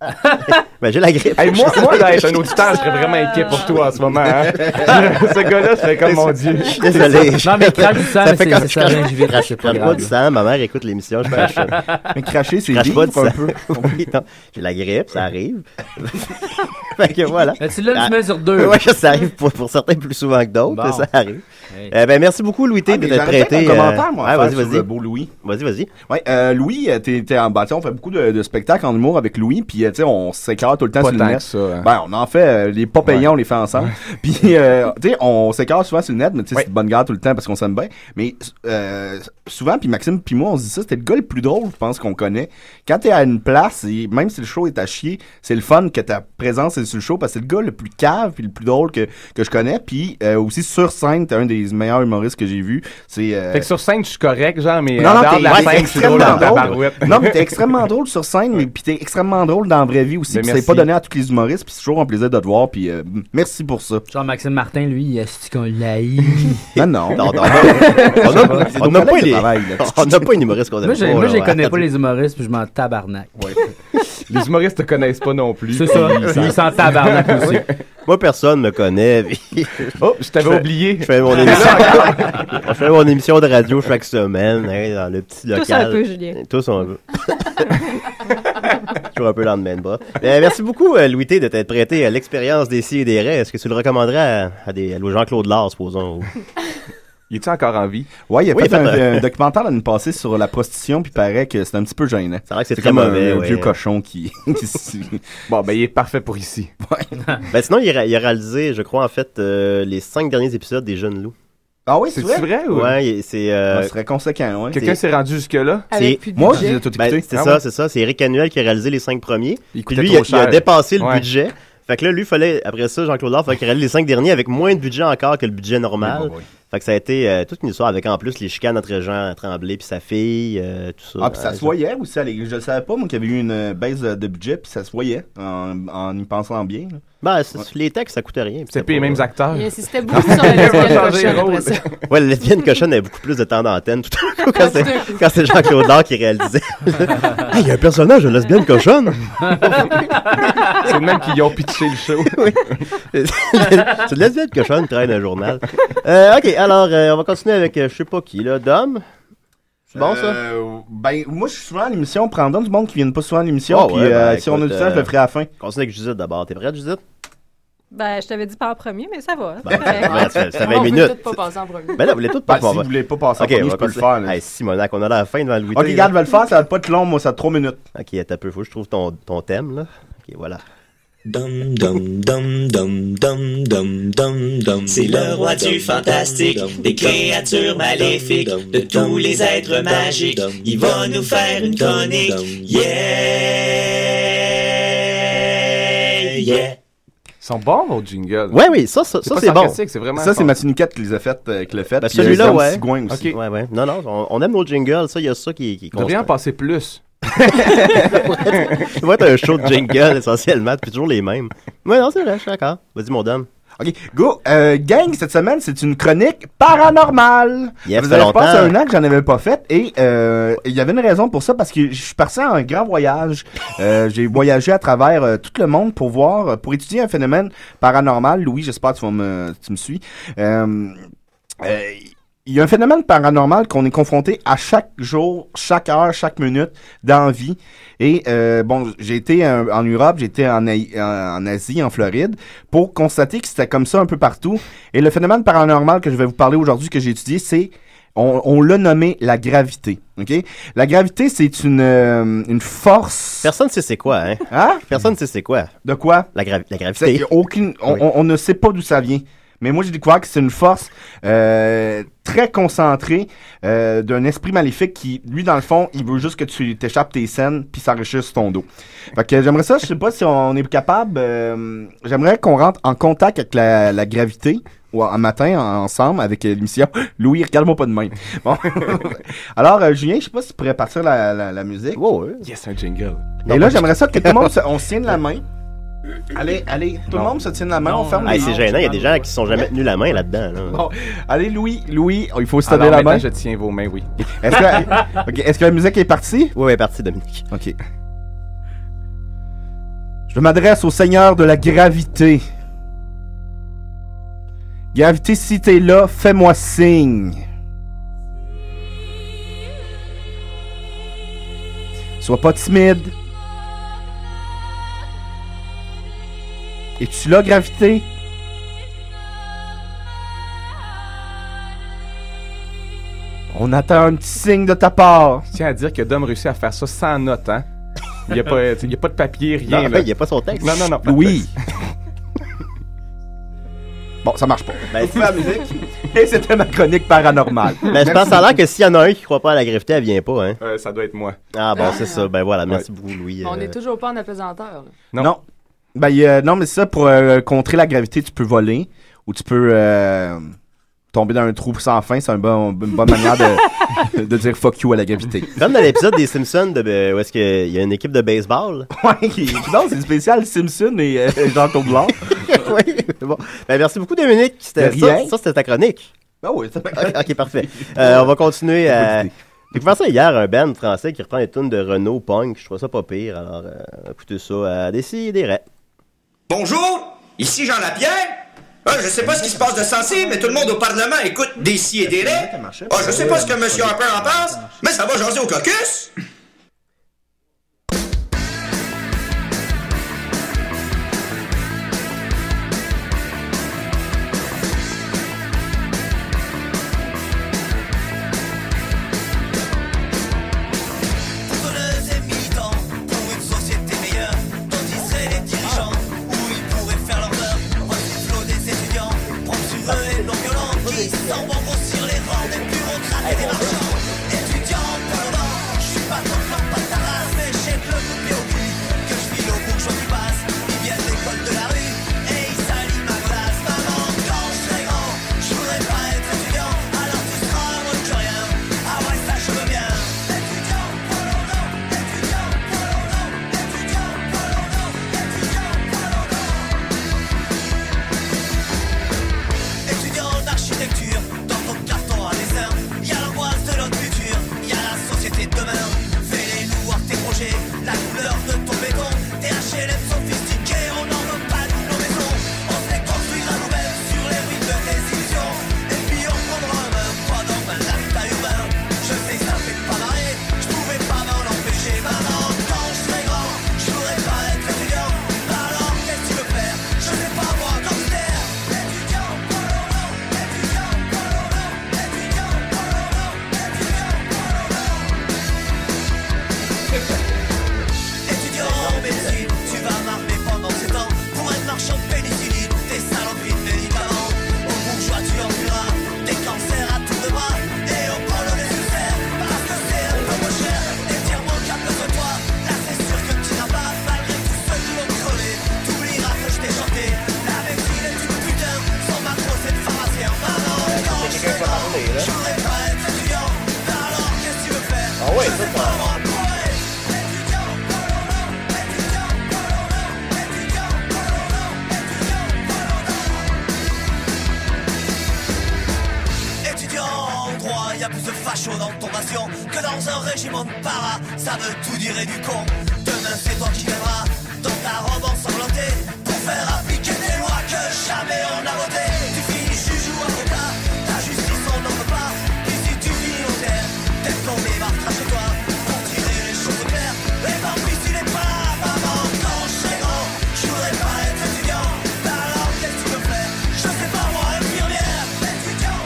D: ben, j'ai la grippe.
I: Hey, moi, moi, là, être un auditeur, je serais vraiment inquiet pour toi en ce moment. hein. Ce gars-là, je serais comme mon Dieu.
D: Je suis Désolé.
F: Non, mais crache du sang,
D: Ça
F: mais
D: fait
F: c'est
D: comme
F: c'est
D: je
F: ça,
D: crache-
F: gingivite, c'est
D: Je
F: pas
D: crache pas du
F: grave.
D: sang, ma mère écoute l'émission, je crache, je
E: Mais cracher, c'est
D: crache pas du
E: vivre un
D: sang.
E: peu.
D: Oui, non, j'ai la grippe, ça arrive. fait que voilà.
F: Mais Euh, tu l'as
D: Ah.
F: une semaine sur deux.
D: Ouais, ça arrive pour, pour certains plus souvent que d'autres,
F: Bon.
D: mais ça arrive.
F: Hey.
D: Euh, ben, merci beaucoup,
E: Ah,
D: Louis T, de t'être prêté.
E: un
D: euh,
E: commentaire, moi,
D: ouais,
E: à
D: vas-y,
E: faire sur le
D: vas-y.
E: beau Louis.
D: Vas-y, vas-y.
E: Ouais, euh, Louis, euh, t'es, t'es en bah, tu sais, on fait beaucoup de, de spectacles en humour avec Louis, puis euh, tu sais, on s'écarte tout le temps
I: Pas
E: sur le
I: tant
E: net.
I: que ça. hein.
E: Ben, on en fait, euh, les pas payants, on les fait ensemble. Puis, euh, tu sais, on s'écarte souvent sur le net, mais tu sais,
I: Ouais.
E: c'est de bonne guerre tout le temps parce qu'on s'aime bien. Mais euh, souvent, puis Maxime, puis moi, on se dit ça, c'était le gars le plus drôle, je pense, qu'on connaît. Quand t'es à une place, et même si le show est à chier, c'est le fun que ta présence est sur le show parce que c'est le gars le plus cave puis le plus drôle que, que je connais. Puis euh, aussi, sur scène, t'es un des meilleurs humoristes que j'ai vu. C'est... euh,
I: Fait que sur scène, je suis correct, genre, mais
E: Non,
I: en
E: non,
I: dehors
E: t'es
I: de la
E: ouais,
I: scène, je suis drôle
E: extrêmement
I: en
E: drôle.
I: tabarouette.
E: Non, mais t'es extrêmement drôle sur scène, mais puis t'es extrêmement drôle dans la vraie vie aussi.
I: Ben,
E: puis c'est
I: merci.
E: pas donné à tous les humoristes, puis c'est toujours un plaisir de te voir, puis euh, merci pour ça.
F: Genre, Maxime Martin, lui, il est qu'on l'aïe.
E: Non, non.
D: Non, non, non. On n'a pas-
E: C'est
D: on
E: ton
D: n'a pas,
E: collègue
D: les-
E: de travail, là.
D: on n'a pas une humoriste qu'on aime
F: Moi, je
D: pas,
F: moi,
D: là,
F: je les
D: ouais.
F: connais pas, les humoristes, puis je m'en tabarnak.
I: Les humoristes te connaissent pas non plus.
F: C'est ça. Ils s'en tabarnak aussi.
D: Moi, personne me connaît. puis
I: Oh, je t'avais oublié.
D: je fais mon émission. je fais mon émission de radio chaque semaine, hein, dans le petit local.
H: Tous un peu, Julien.
D: Tous un peu. Toujours un peu dans le même bras. Mais, merci beaucoup, euh, Louis T, de t'être prêté à l'expérience des si et des raies. Est-ce que tu le recommanderais à, à des, à Jean-Claude Lard, supposons? ou-
I: Il est encore en vie?
E: Ouais, il a
D: Oui, ben,
E: fait
D: il a fait
E: un, un documentaire l'année passée sur euh, la prostitution, puis paraît que c'est un petit peu gênant.
D: C'est vrai que c'est
E: C'est
D: très
E: comme un,
D: mauvais.
E: un
D: ouais.
E: vieux cochon qui. qui se-
I: Bon, ben, il est parfait pour ici.
D: Ben, sinon, il, ra- il a réalisé, je crois, en fait, euh, les cinq derniers épisodes des Jeunes Loups.
E: ah oui, c'est
I: C'est
E: vrai.
I: vrai ou?
D: Ouais, il- c'est. euh,
E: Ça serait conséquent, ouais.
I: Quelqu'un s'est rendu jusque-là?
D: C'est-
G: Avec plus de
E: Moi,
G: budget.
E: j'ai tout
D: ben,
E: écouté.
D: c'est
I: Ah
D: ça,
I: ouais.
D: c'est ça. C'est Eric Annuel qui a réalisé les cinq premiers.
I: Il
D: Puis
I: coûtait
D: lui, il
I: trop
D: a, il a
I: cher.
D: dépassé le
I: Ouais.
D: budget. Fait que là, lui, fallait, après ça, Jean-Claude Lard, fallait qu'il réalise les cinq derniers avec moins de budget encore que le budget normal.
E: Oui, oui, oui.
D: Fait que ça a été euh, toute une histoire avec en plus les chicanes entre Jean Tremblay puis sa fille, euh, tout ça.
E: Ah, puis ça
D: Euh,
E: se voyait aussi. à l'église. Je le savais pas, moi, qu'il y avait eu une euh, baisse de de budget, puis ça se voyait en, en y pensant bien. là.
D: Ben, c'est- les textes, ça coûtait rien.
I: C'était pas les mêmes acteurs.
D: Ah.
G: Il insistait beaucoup sur la lesbienne
I: changer
G: cochonne
I: de rôle.
G: après ça.
D: euh, Ouais, la lesbienne cochonne avait beaucoup plus de temps d'antenne tout à coup quand c'est, quand c'est Jean-Claude Lard qui réalisait. Ah, il y a un personnage de lesbienne cochonne!
I: C'est le même qui y ont pitché le show.
D: c'est de lesbienne cochonne qui travaille dans un journal. Euh, ok, alors, euh, on va continuer avec euh, je sais pas qui, là, Dom. C'est bon, ça?
E: Euh, Ben, moi, je suis souvent à l'émission. Prends donc du monde qui viennent pas souvent à l'émission.
D: Ah
E: puis
D: ouais, ben,
E: euh, si on a
D: écoute,
E: du temps, je
D: euh,
E: le ferai à la fin.
D: Continue avec Judith d'abord. T'es prête, Judith?
H: Ben, je t'avais dit pas en premier, mais ça va. hein,
D: Ben, ben, ça, ça fait
G: On
D: 20
G: veut
D: minutes.
G: tout pas passer en premier.
D: Ben là, vous voulez tout
E: Ben,
D: pas
E: si vous voulez pas euh, passer
D: Ok,
E: en
D: on
E: premier, je
D: va
E: peux le
D: passer-
E: faire. là.
D: Hey, Simonac, on a la fin devant Louis
E: Ok,
D: T,
E: regarde, je
D: là.
E: vais le faire. Ça va pas être long. Moi, ça a 3 minutes.
D: Ok, attends un peu, faut que je trouve ton, ton thème, là. Ok, voilà.
K: Dum dum dum dum dum dum dum dum.
L: C'est le roi du fantastique, des créatures maléfiques, de tous les êtres magiques. Il va nous faire une chronique. Yeah, yeah.
I: Ils sont bons, vos jingles.
D: Ouais, oui, ça, ça, ça,
I: pas
D: c'est bon.
I: sarcastique, C'est vraiment
E: Ça, c'est
I: fun.
E: ma Niquette qui les a faites, euh, qui l'a fait.
D: Ben,
E: puis il y a
D: celui-là,
E: Zam
D: ouais.
E: Sigouin aussi.
D: Ok. Ouais, ouais. Non, non, on, on aime nos jingles, ça, il y a ça qui, qui
I: Il devrait en
D: constant.
I: passer plus.
D: Ça va être un show de jingle essentiellement, puis toujours les mêmes. Ouais, non, c'est vrai, je suis d'accord. Vas-y, mon dame.
E: OK, go. Euh, gang, cette semaine, c'est une chronique paranormale.
D: Yeah,
E: Vous
D: ça fait
E: allez je pense
D: longtemps.
E: à un an que j'en avais pas fait et euh, il y avait une raison pour ça parce que je suis parti en grand voyage. Euh, J'ai voyagé à travers euh, tout le monde pour voir, euh, pour étudier un phénomène paranormal. Louis, j'espère que tu, vas me, tu me suis. Euh, euh, il y a un phénomène paranormal qu'on est confronté à chaque jour, chaque heure, chaque minute dans la vie. Et euh, bon, j'ai été euh, en Europe, j'ai été en, Aï- en Asie, en Floride, pour constater que c'était comme ça un peu partout. Et le phénomène paranormal que je vais vous parler aujourd'hui, que j'ai étudié, c'est on, on l'a nommé la gravité. Ok, la gravité, c'est une euh, une force.
D: Personne sait c'est quoi, hein.
E: Hein?
D: Personne sait c'est quoi.
E: De quoi?
D: La, gravi- la
E: C'est-
D: gravité.
E: y a aucune, on,
D: Oui.
E: on- on ne sait pas d'où ça vient. Mais moi, j'ai découvert que c'est une force euh, très concentrée euh, d'un esprit maléfique qui, lui, dans le fond, il veut juste que tu t'échappes tes scènes puis ça réchauffe ton dos. Fait que j'aimerais ça, je sais pas si on est capable, euh, j'aimerais qu'on rentre en contact avec la, la gravité ou un matin en- ensemble avec euh, l'émission Louis, regarde-moi pas de main. Bon. Alors, euh, Julien, je sais pas si tu pourrais partir la, la, la musique.
I: Yes, un jingle.
E: Et là, j'aimerais ça que tout le monde, se- on se tienne la main. Allez, allez, tout le monde se tienne la main, on ferme
D: Ah,
E: les
D: c'est
E: yeux.
D: gênant, il y a des gens qui sont jamais tenus la main là-dedans. là.
E: Bon, allez, Louis, Louis, oh, il faut se
I: Alors,
E: tenir la main.
I: maintenant, je tiens vos mains, oui.
E: Est-ce que, ok, est-ce que la musique est partie?
D: Oui, oui, parti, Dominique.
E: Ok. Je m'adresse au Seigneur de la gravité. Gravité, si t'es là, fais-moi signe. Sois pas timide. Es-tu là, gravité? On attend un petit signe de ta part.
I: Je tiens à dire que Dom réussit à faire ça sans notes, hein. Il n'y a, pas- il y a pas de papier, rien.
D: Non,
I: là.
D: il
E: ben,
D: n'y a pas son texte.
I: Non, non, non. pas de
E: Oui.
I: texte.
E: Bon, ça marche pas.
D: Ben,
E: C'est la musique. Et c'était ma chronique paranormale.
D: Ben, je pense à l'air que s'il y en a un qui croit pas à la gravité, elle vient pas, hein.
I: Euh, ça doit être moi.
D: Ah, bon, c'est ça. Ben voilà, merci beaucoup, Louis.
G: On
D: euh.
G: est toujours pas en apesanteur. là.
I: Non.
E: Non. Ben, il y a- non, mais ça, pour euh, contrer la gravité, tu peux voler ou tu peux euh, tomber dans un trou sans fin. C'est un bon- une bonne manière de, de dire fuck you à la gravité.
D: Comme dans l'épisode des Simpsons, de, ben, où est-ce qu'il y a une équipe de baseball.
E: Ouais, qui- non, c'est spécial Simpson et euh, Jean-Claude Blanc.
D: oui, bon. Ben, merci beaucoup, Dominique. C'était-
E: De
D: Ça,
E: rien.
D: ça, c'était ta chronique.
E: Ah oui, ça
D: Ok, ok, parfait. Euh, on va continuer à.
E: idée.
D: J'ai découvert ça hier, un band français qui reprend les tunes de Renault Punk. Je trouve ça pas pire. Alors, euh, écoutez ça à des des
M: Bonjour, ici Jean Lapierre. Euh, je sais pas ce qui se passe de sensé, mais tout le monde au Parlement écoute des si et des raies. Ah, je sais pas ce que M. Harper en pense, mais ça va jaser au caucus.
L: footballeuses et militants pour une société meilleure dont ils seraient les dirigeants où ils pourraient faire leur beurre voici le flot des étudiants prendre sur eux les non-violents qui s'en vont grossir les rangs des bureaucrates et des marchands étudiants pour le vent je suis pas chaud dans ton ration Que dans un régiment de paras Ça veut tout dire et du con Demain c'est toi qui viendras Dans ta robe ensanglantée Pour faire appliquer des lois que jamais on n'a votées Tu finis joujou à l'État La justice on n'en veut pas Et si tu vis au terre T'es tombé marquera chez toi Pour tirer les choses au clair Et tant pis si les pas maman Quand je serai grand Je voudrais pas être étudiant Alors qu'est-ce que tu veux faire Je sais pas moi infirmière Étudiant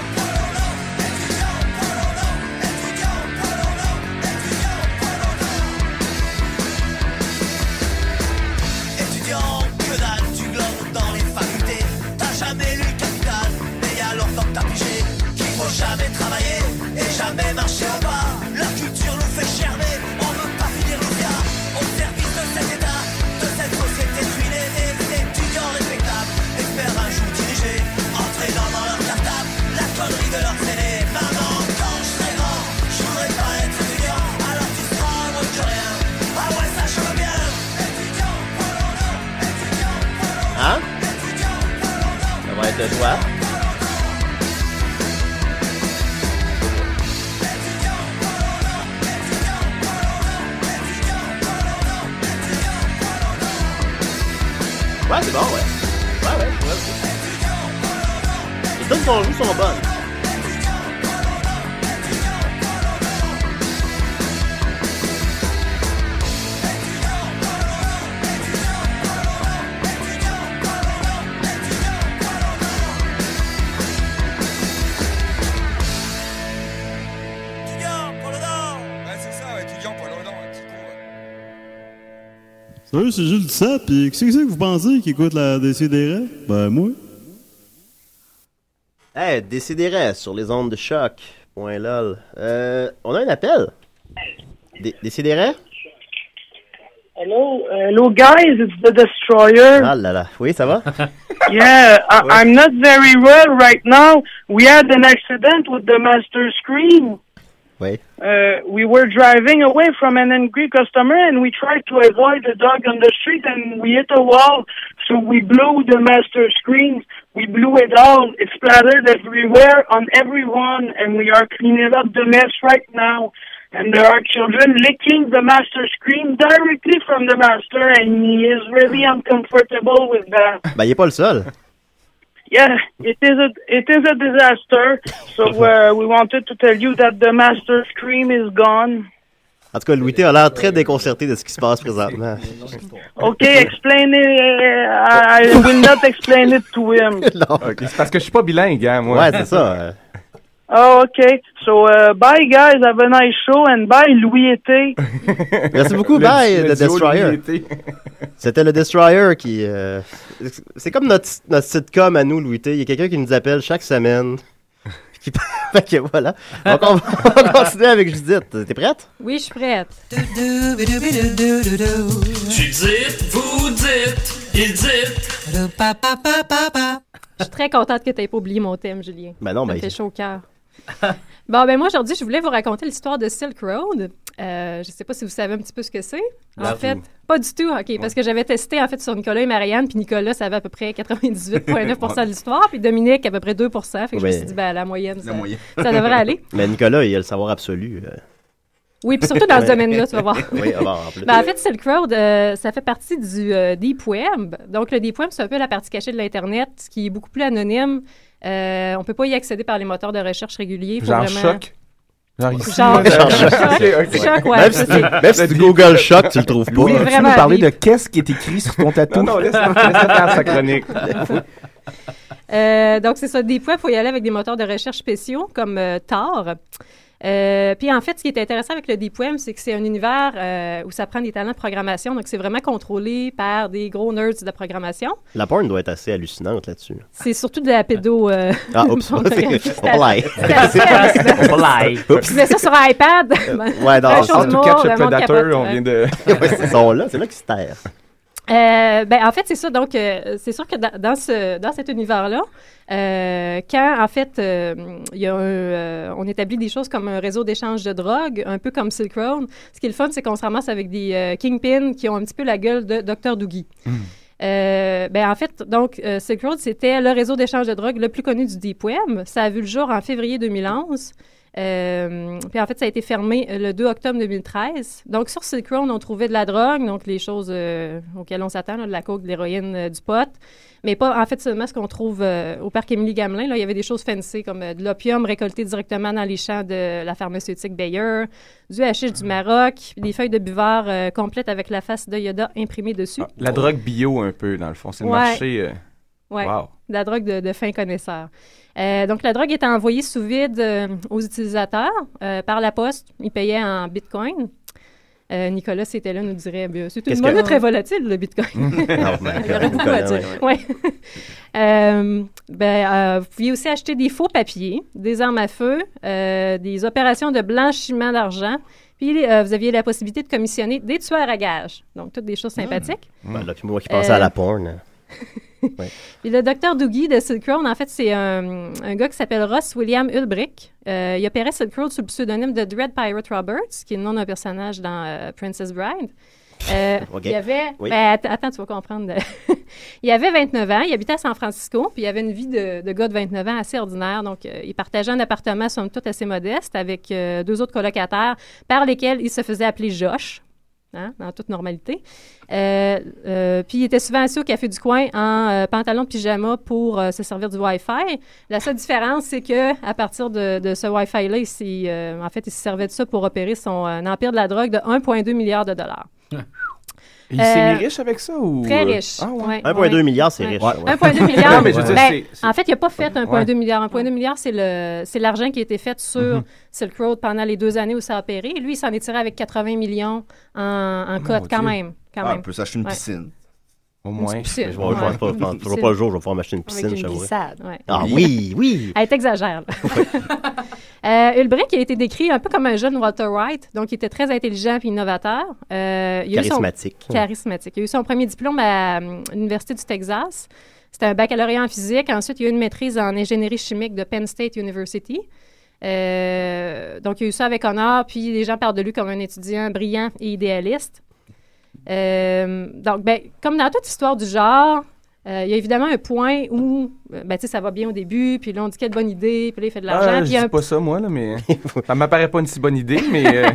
L: Étudiant, que dalle, tu glandes dans les facultés. T'as jamais lu Capital, mais y a longtemps que t'as pigé qu'il faut jamais travailler et jamais marcher en bas. La culture nous fait germer, on veut pas finir nos gars. Au service de cet état, de cette société ruinée, des étudiants respectables espèrent un jour diriger, entrer dans dans leur cartable, la connerie de leurs aînés. Maman, quand je serai grand, je voudrais pas être étudiant, alors tu seras moins que rien. Ah ouais, ça je veux bien.
D: Hein? Ça va être de toi. Ouais, c'est bon, ouais. Ouais, ouais, ouais. ouais. Les tunes qu'on joue sont bonnes.
M: Ouais, c'est ça, ouais, étudiant poil au dent, un petit con.
N: Salut, c'est Jules Dussap, pis qu'est-ce que c'est que vous pensez qui écoute la DCDR? Ben, moi.
D: Hey, décidérez sur les ondes de choc. Point lol. Euh, on a un appel. Dé- Décidérez?
O: Hello, hello guys, it's the Destroyer.
D: Ah là là. Oui, ça va?
O: Yeah, I, I'm not very well right now. We had an accident with the master screen.
D: Wait.
O: Uh, we were driving away from an angry customer and we tried to avoid the dog on the street and we hit a wall. So we blew the master screen. We blew it all. It splattered everywhere on everyone and we are cleaning up the mess right now. And there are children licking the master screen directly from the master and he is really uncomfortable with that.
D: Ben, il est pas le seul.
O: Yeah, it is a it is a disaster. So uh, we wanted to tell you that the master scream is gone.
D: En tout cas, Louis T a l'air très déconcerté de ce qui se passe présentement.
O: Okay, explain it. uh, I I will not explain it to him.
I: Ok, C'est parce que je suis pas bilingue, hein, moi.
D: Ouais, c'est ça, euh.
O: Oh, okay. So uh, bye, guys. Have a nice show and bye, Louis Été.
D: Merci beaucoup,
O: Le-
D: bye,
O: le
D: The
O: duo
D: Destroyer. C'était le Destroyer qui. euh, c'est comme notre, notre sitcom à nous, Louis T. Il y a quelqu'un qui nous appelle chaque semaine. Qui... fait que voilà. Donc, on va on va continuer avec Judith. T'es prête?
H: Oui, je suis prête.
C: Tu dites, vous dites, ils dites.
H: Je suis très contente que tu aies pas oublié mon thème, Julien.
C: Ben non,
H: Ça me
C: ben-
H: fait chaud au cœur. bon, ben moi, aujourd'hui, je voulais vous raconter l'histoire de Silk Road. Euh, je sais pas si vous savez un petit peu ce que c'est. En
P: Largement.
H: fait, pas du tout, OK, parce que j'avais testé, en fait, sur Nicolas et Marianne, puis Nicolas savait à peu près 98,9 de l'histoire, puis Dominique à peu près 2 fait que je me
D: Ouais.
H: suis dit, ben, la moyenne, ça,
D: moyenne.
H: ça devrait aller.
D: Mais Nicolas, il a le savoir absolu. euh.
H: Oui, puis surtout dans ce
D: Ouais.
H: domaine-là, tu vas voir.
D: Oui, ah bon, en plus.
H: Ben, en fait, Silk Road, euh, ça fait partie du euh, Deep Web. Donc, le Deep Web, c'est un peu la partie cachée de l'Internet qui est beaucoup plus anonyme. Euh, on ne peut pas y accéder par les moteurs de recherche réguliers. Faut
I: Genre
H: vraiment...
I: choc. Genre ici.
H: Genre
I: Genre
H: choc. Choc, ouais,
I: Même
H: ça,
I: si-
H: c'est-
I: même si tu
D: Google Choc, tu le trouves
E: Louis,
I: Oui,
E: veux-tu nous
I: vraiment,
E: parler
I: Louis.
E: de qu'est-ce qui est écrit sur ton tatou?
I: Non, non, laisse-le- laisse-le faire sa chronique.
H: Euh, donc, c'est ça. Des fois, il faut y aller avec des moteurs de recherche spéciaux comme euh, Tor. Euh, puis en fait, ce qui est intéressant avec le Deep Web, c'est que c'est un univers euh, où ça prend des talents de programmation. Donc, c'est vraiment contrôlé par des gros nerds de programmation.
D: La porn doit être assez hallucinante là-dessus.
H: C'est surtout de la pédo. euh,
D: Ah, oups. On
H: pornographie.
D: peut l'air.
H: C'est assez hallucinant.
D: On peut l'air. Oups.
H: Je mets ça sur un iPad.
D: Ouais, dans
H: Un show
D: en
H: de
D: tout cas,
H: mort, le monde capote,
D: on
H: ouais.
D: vient de. ouais, c'est son là, c'est là qu'il se terre.
H: Euh, ben, en fait, c'est ça. Donc, euh, c'est sûr que dans, dans ce, dans cet univers-là, euh, quand, en fait, euh, il y a un, euh, on établit des choses comme un réseau d'échange de drogue, un peu comme Silk Road, ce qui est le fun, c'est qu'on se ramasse avec des euh, kingpins qui ont un petit peu la gueule de Dr. Doogie. Euh, ben, en fait, donc, euh, Silk Road, c'était le réseau d'échange de drogue le plus connu du Deep Web. Ça a vu le jour en février 2011. Euh, puis en fait, ça a été fermé euh, le 2 octobre 2013. Donc sur Silk Road, on trouvait de la drogue, donc les choses euh, auxquelles on s'attend, là, de la coke, de l'héroïne, euh, du pot. Mais pas, en fait, seulement ce qu'on trouve euh, au parc Émilie-Gamelin. Là, il y avait des choses fancy comme euh, de l'opium récolté directement dans les champs de la pharmaceutique Bayer, du hashish du
I: Ah.
H: Maroc, puis des feuilles de buvard euh, complètes avec la face de Yoda imprimée dessus.
I: Ah, La drogue bio, un peu, dans le fond. C'est le
H: Ouais.
I: marché. euh,
H: Ouais,
I: Wow.
H: de la drogue de, de fin connaisseur. Euh, donc, la drogue était envoyée sous vide euh, aux utilisateurs euh, par la poste. Ils payaient en bitcoin. Euh, Nicolas, c'était là, nous dirait ben, c'est une
L: Qu'est-ce
H: monnaie
L: que-
H: très volatile, le bitcoin.
L: Ah, ben,
H: Il y aurait beaucoup à
L: Nicolas,
H: dire.
L: ouais,
H: Ouais. Euh, ben, euh, vous pouviez aussi acheter des faux papiers, des armes à feu, euh, des opérations de blanchiment d'argent. Puis, euh, vous aviez la possibilité de commissionner des tueurs à gages. Donc, toutes des choses
L: Hmm.
H: sympathiques.
D: Ben, là, puis moi qui pensais
H: Euh,
D: à la porn. Ouais.
H: Puis le docteur Doogie de Silk Road, en fait, c'est un, un gars qui s'appelle Ross William Ulbrich. Euh, il opérait Silk Road sous le pseudonyme de Dread Pirate Roberts, qui est le nom d'un personnage dans euh, Princess Bride. Euh,
L: Ok.
H: Il y avait.
L: Oui.
H: ben, att- attends, tu vas comprendre. il avait 29 ans, il habitait à San Francisco, puis il avait une vie de, de gars de 29 ans assez ordinaire. Donc, euh, il partageait un appartement, somme toute, assez modeste avec euh, deux autres colocataires, par lesquels il se faisait appeler Josh. hein, dans toute normalité. Euh, euh, puis il était souvent assis au café du coin en euh, pantalon de pyjama pour euh, se servir du Wi-Fi. La seule différence, c'est que à partir de, de ce Wi-Fi-là, il s'y, euh, en fait, il se servait de ça pour opérer son euh, empire de la drogue de 1,2 milliard de dollars.
I: Il s'est
H: Euh,
I: mis riche avec ça ou.
H: Très
I: euh,
H: riche.
I: Ah, ouais.
H: Ouais,
D: 1,2
H: ouais.
D: milliard, c'est
H: Ouais.
D: riche.
H: 1,2 milliard.
I: Non, mais je veux dire,
H: Ben,
I: c'est-
H: En fait, il n'a pas fait 1,2
I: Ouais. Mm-hmm.
H: milliard. 1,2 milliard, c'est le- c'est l'argent qui a été fait sur
I: Mhm.
H: Silk Road pendant les deux années où ça a opéré. Lui, il s'en est tiré avec 80 millions en, en
I: Ah,
E: Mon
H: cote, quand
E: Dieu.
H: même. Quand
E: Ah,
H: même.
E: on peut s'acheter une
H: Ouais.
E: piscine.
I: Au
H: moins.
D: Je
H: piscine.
D: vais- je vais- je vais-
H: Ouais.
D: je vais- je vais-
H: Une
D: je vais
H: piscine.
D: pas le jour, je vais pouvoir m'acheter une piscine,
H: Avec
D: je
H: une
D: t'avouerai.
H: glissade, ouais.
D: Ah oui, oui.
H: Elle t'exagère. Euh, Ulbrich a été décrit un peu comme un jeune Walter White, donc il était très intelligent et innovateur. Euh, il a eu son-
D: Charismatique.
H: Charismatique. Il a eu son premier diplôme à hum, l'Université du Texas. C'était un baccalauréat en physique. Ensuite, il a eu une maîtrise en ingénierie chimique de Penn State University. Euh, donc, il a eu ça avec honneur, puis les gens parlent de lui comme un étudiant brillant et idéaliste. Euh, donc, ben, comme dans toute histoire du genre, euh, il y a évidemment un point où, euh, ben, tu sais, ça va bien au début, puis là, on dit quelle bonne idée, puis là, il fait de l'argent.
I: Ah,
H: puis
I: je
H: il y a
I: dis
H: un-
I: pas ça, moi, là, mais. ça m'apparaît pas une si bonne idée, mais. euh,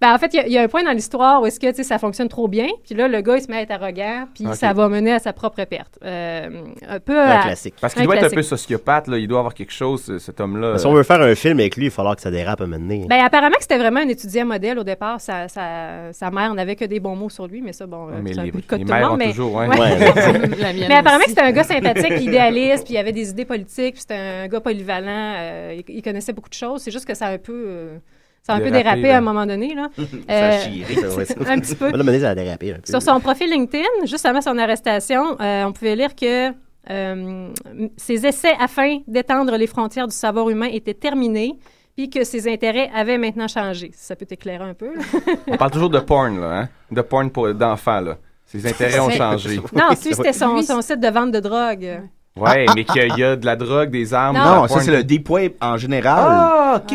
H: ben, en fait, il y a- il y, a un point dans l'histoire où est-ce que, tu sais, ça fonctionne trop bien, puis là, le gars, il se met à être arrogant, puis
I: Ok.
H: ça va mener à sa propre perte. Euh, un peu à-
I: Parce qu'il
H: un
I: doit être un peu
H: classique.
I: sociopathe, là. Il doit avoir quelque chose, ce- cet homme-là.
D: Si on veut faire un film avec lui, il va falloir que ça dérape à mener.
H: Ben, apparemment que c'était vraiment un étudiant modèle au départ. Sa, sa- sa mère n'avait que des bons mots sur lui, mais ça, bon, euh,
I: mais
H: c'est un
I: les-
H: peu le cas de
I: les
H: tout le
I: mères
H: monde.
I: ont
H: mais-
I: toujours, ouais.
H: Ouais.
I: Ouais. La mienne
H: mais apparemment
I: aussi.
H: que c'était un gars sympathique, puis idéaliste, puis il avait des idées politiques, puis c'était un gars polyvalent. euh, il, il connaissait beaucoup de choses. C'est juste que ça a un peu... euh, ça a un peu
D: Dérapé,
H: dérapé
D: ouais.
I: euh,
H: à un moment donné. Là.
D: Ça
H: Euh,
D: a chiré, ça, ouais, ça.
H: un petit peu.
D: Là, mener, ça a dérapé un peu.
H: Sur son profil LinkedIn, juste avant son arrestation, euh, on pouvait lire que euh, ses essais afin d'étendre les frontières du savoir humain étaient terminés, puis que ses intérêts avaient maintenant changé. Si ça peut t'éclairer un peu. là.
I: On parle toujours de porn, là, hein? De porn pour d'enfants, là. Ses intérêts ont
H: C'est-
I: changé.
H: Non, si c'était son,
P: Lui,
H: son site de vente de drogue.
I: Ouais, mais qu'il y a de la drogue, des armes.
E: Non,
I: de la
E: ça,
I: porn.
E: c'est le déploie en général.
I: Ah, OK.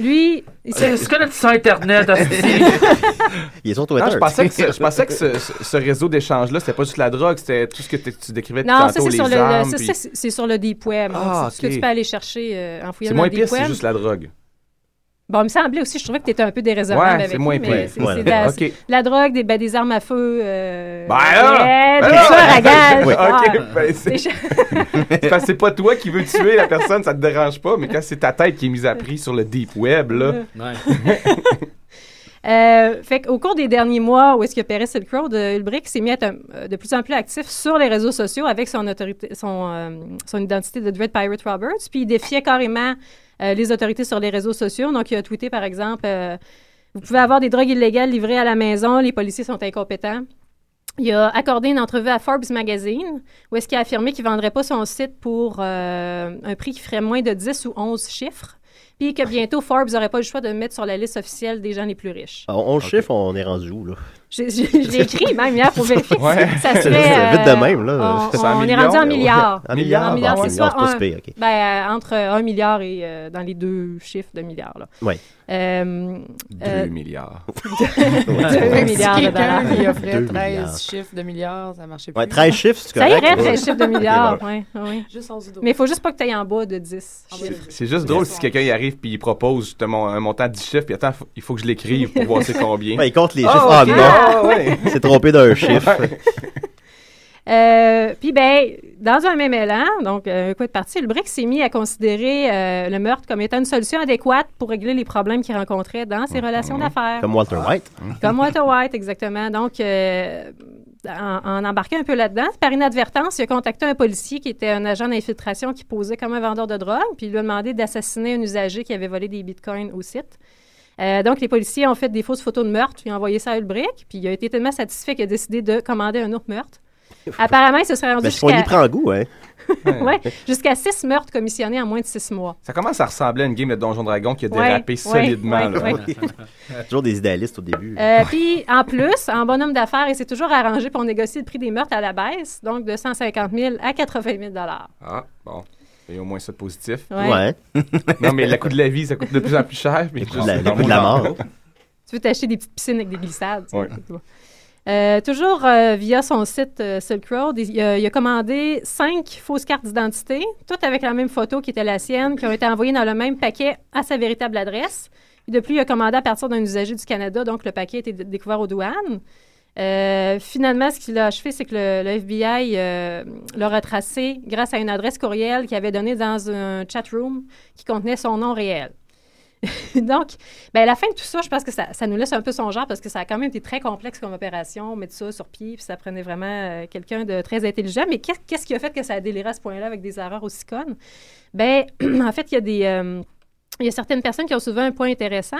H: Lui, il
I: C'est-
H: se...
I: c'est que-
C: Sur Internet, asti.
D: Il est sur
I: Non,
D: Twitter.
I: je pensais que, ce, je pensais que ce, ce- ce réseau d'échange-là, c'était pas juste la drogue, c'était tout ce que t'es- tu décrivais
H: Non, ça,
I: tantôt,
H: c'est
I: les
H: sur le, le-
I: armes.
H: ça,
I: puis-
H: c'est- c'est sur le deep web. Donc,
I: Ah,
H: c'est ce que
I: ok.
H: tu peux aller chercher euh, en fouillant
I: C'est
H: dans
I: moins
H: le
I: pire,
H: deep
I: c'est
H: web.
I: juste la drogue.
H: Bon, il me semblait aussi, je trouvais que tu étais un peu déraisonnable
I: Ouais,
H: avec
I: c'est moins
H: lui, mais
I: pire.
H: c'est
I: Voilà.
H: c'est de la,
I: Ok.
H: de la drogue, des, ben, des armes à feu, euh,
I: Ben là!
H: des
I: Ben
H: des
I: là!
H: tueurs à gages.
I: Oui.
H: ah.
I: Ok, ben, c'est-
H: Des-
I: C'est parce que c'est pas toi qui veux tuer la personne, ça te dérange pas, mais quand c'est ta tête qui est mise à prix sur le deep web, là.
H: Euh, fait qu'au cours des derniers mois où est-ce que Perez Silk Road, euh, Ulbrich s'est mis à être un- euh, de plus en plus actif sur les réseaux sociaux avec son, autorité, son, euh, son identité de Dread Pirate Roberts, puis il défiait carrément euh, les autorités sur les réseaux sociaux. Donc, il a tweeté, par exemple, euh, vous pouvez avoir des drogues illégales livrées à la maison, les policiers sont incompétents. Il a accordé une entrevue à Forbes Magazine où est-ce qu'il a affirmé qu'il ne vendrait pas son site pour euh, un prix qui ferait moins de 10 ou 11 chiffres, puis que bientôt Forbes n'aurait pas le choix de le mettre sur la liste officielle des gens les plus riches.
D: Ah, On, on le chiffre, on est rendu où, là?
H: Je, je- je l'ai écrit même hier pour vérifier que
D: Ouais.
H: ça se fait.
D: C'est vite de même, là.
H: On,
D: C'est en
H: on est
D: milliards,
H: rendu en
D: ouais.
H: milliards.
D: En milliards,
H: En milliards,
D: bon,
H: c'est
D: ouais,
H: soit
D: milliards, c'est pas
H: un-
D: si pire, OK.
H: ben, euh, entre 1 milliard et euh, dans les deux chiffres de milliards. Là.
D: Ouais.
H: Euh,
I: Deux
H: euh,
I: milliards.
H: Deux milliards de dollars.
G: Quelqu'un lui Ah, offrait
D: Deux
G: 13
D: milliards.
G: chiffres de milliards, ça marchait plus.
D: Ouais, 13 chiffres, c'est
H: Ça
D: correct.
H: irait,
D: ouais.
H: 13 chiffres de
D: Ok,
H: milliards.
D: voilà.
H: ouais, ouais.
G: Juste en dessous.
H: Mais il faut juste pas que tu ailles en bas de 10.
I: C'est juste drôle si quelqu'un y arrive puis il propose justement un montant de 10 chiffres puis attends, faut- il faut que je l'écrive pour voir c'est combien.
D: Ouais, il compte
H: Oh,
D: les chiffres. Ah, non! Il s'est trompé d'un chiffre.
H: Euh, Puis, ben, dans un même élan, donc euh, un coup de parti, le BRIC s'est mis à considérer euh, le meurtre comme étant une solution adéquate pour régler les problèmes qu'il rencontrait dans
D: Mm-hmm.
H: ses relations d'affaires.
D: Comme Walter White.
H: Comme Walter White, exactement. Donc, euh, en, en embarquant un peu là-dedans, par inadvertance, il a contacté un policier qui était un agent d'infiltration qui posait comme un vendeur de drogue, puis il lui a demandé d'assassiner un usager qui avait volé des bitcoins au site. Euh, donc, les policiers ont fait des fausses photos de meurtre, puis ont envoyé ça à Ulbrich, puis il a été tellement satisfait qu'il a décidé de commander un autre meurtre. Apparemment, il se serait rendu
D: Mais si on y prend goût, hein.
H: Ouais, jusqu'à six meurtres commissionnés en moins de six mois.
I: Ça commence à ressembler à une game de Donjon Dragon qui a
H: Ouais,
I: dérapé
H: ouais,
I: solidement.
H: ouais,
I: là.
H: ouais.
D: Toujours des idéalistes au début.
H: Euh, Puis, en plus, en bonhomme d'affaires, il s'est toujours arrangé pour négocier le prix des meurtres à la baisse, donc de 150 000 à 80 000
I: Ah, bon. Il y a au moins ça de positif.
H: Ouais. Ouais.
I: non, mais le coût de la vie, ça coûte de plus en plus cher. Mais
D: coût de la- le coût de la mort.
H: Tu veux t'acheter des petites piscines avec des glissades. tu sais.
I: Ouais.
H: Euh, toujours euh, via son site euh, Silk Road, il, il a- il a commandé cinq fausses cartes d'identité, toutes avec la même photo qui était la sienne, qui ont été envoyées dans le même paquet à sa véritable adresse. Puis de plus, il a commandé à partir d'un usager du Canada, donc le paquet a été d- découvert aux douanes. Euh, finalement, ce qu'il a achevé, c'est que le, le FBI euh, l'a retracé grâce à une adresse courriel qu'il avait donnée dans un chat room qui contenait son nom réel. Donc, ben, à la fin de tout ça, je pense que ça, ça nous laisse un peu songeur parce que ça a quand même été très complexe comme opération, mettre ça sur pied, puis ça prenait vraiment euh, quelqu'un de très intelligent. Mais qu'est- qu'est-ce qui a fait que ça a déliré à ce point-là avec des erreurs aussi connes? Ben, en fait, il y a des. euh, il y a certaines personnes qui ont souvent un point intéressant.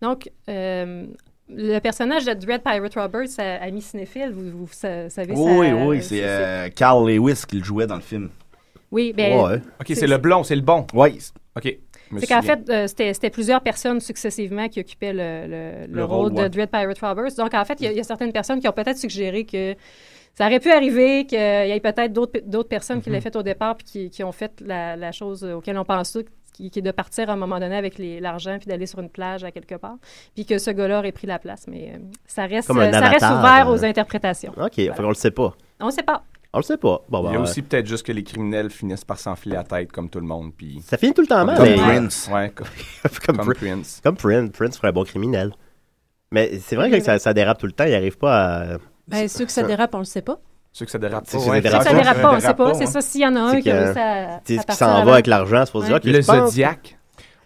H: Donc, euh, le personnage de Dread Pirate Roberts, euh, ami cinéphile, vous, vous sa- savez ça.
E: Oui, oui, c'est euh, Carl Lewis qui le jouait dans le film.
H: Oui, ben,
I: Ok, c'est le blond, c'est le bon.
E: Oui.
I: Ok. je me
H: C'est qu'en
I: souviens.
H: fait, euh, c'était c'était plusieurs personnes successivement qui occupaient le, le- le
I: Le
H: rôle
I: rôle,
H: de
I: ouais.
H: Dread Pirate Roberts. Donc, en fait, il y a- il y, a certaines personnes qui ont peut-être suggéré que ça aurait pu arriver, qu'il y ait peut-être d'autres pe- d'autres personnes qui
G: Mhm.
H: l'aient fait au départ puis qui, qui ont fait la, la chose auquel on pense tous, qui, qui est de partir à un moment donné avec les- l'argent puis d'aller sur une plage à quelque part, puis que ce gars-là aurait pris la place. Mais euh, ça reste,
D: Comme un
H: euh, ça reste
D: avatar,
H: ouvert
D: euh.
H: aux interprétations.
D: OK, fait qu'on le sait pas.
H: On ne sait pas.
D: On le sait pas. Bon,
I: Il y
D: ben,
I: a aussi peut-être juste que les criminels finissent par s'enfiler la tête comme tout le monde. Puis...
D: Ça finit tout le temps mal,
I: Comme
D: mais-
I: Prince. Ouais, comme,
D: comme,
I: comme
D: Prin-
I: Prince.
D: Comme Prince. Prince ferait un bon criminel. Mais c'est vrai que ça, ça dérape tout le temps. Il arrive pas à.
P: Ben, ceux que ça dérape, on le sait pas.
I: Ceux que ça dérape pas.
D: Ceux que ça
I: ouais.
D: dérape
H: Ça
D: pas.
H: dérape pas, on ne sait pas.
D: pas,
H: C'est
D: hein.
H: ça, s'il y en a un
D: C'est
H: qui a
D: que-
H: réussi à.
D: tu sais,
H: à
D: qui
H: partir
D: s'en
H: avant.
D: va avec l'argent, c'est pour se dire,
H: Ouais.
D: OK, je pense-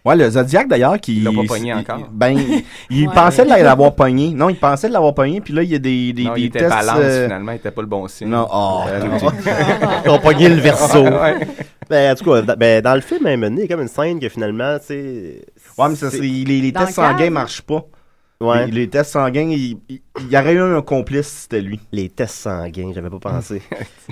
E: Ouais, le Zodiac d'ailleurs qui.
I: l'ont pas pogné
E: il-
I: encore.
E: il- Ben, il- il
I: Ouais.
E: pensait de l'avoir pogné. Non, il pensait de l'avoir pogné, puis là, il y a des, des,
I: Non,
E: des
I: il était
E: tests.
I: balance
E: euh,
I: finalement, il était pas le bon signe.
E: Non, oh,
I: Euh,
E: non.
D: Ah, Ils ont pogné le verso.
I: Ouais.
D: Ben, en tout cas, da- ben, dans le film, à un moment donné, il y a comme une scène que finalement, tu sais.
E: Ouais, mais ça, c'est- les, les
D: Dans
E: tests
D: le cadre?
E: sanguins marchent pas.
D: Ouais.
E: Les, les tests sanguins, il, il- il y aurait eu un complice si c'était lui.
D: Les tests sanguins, j'avais pas pensé.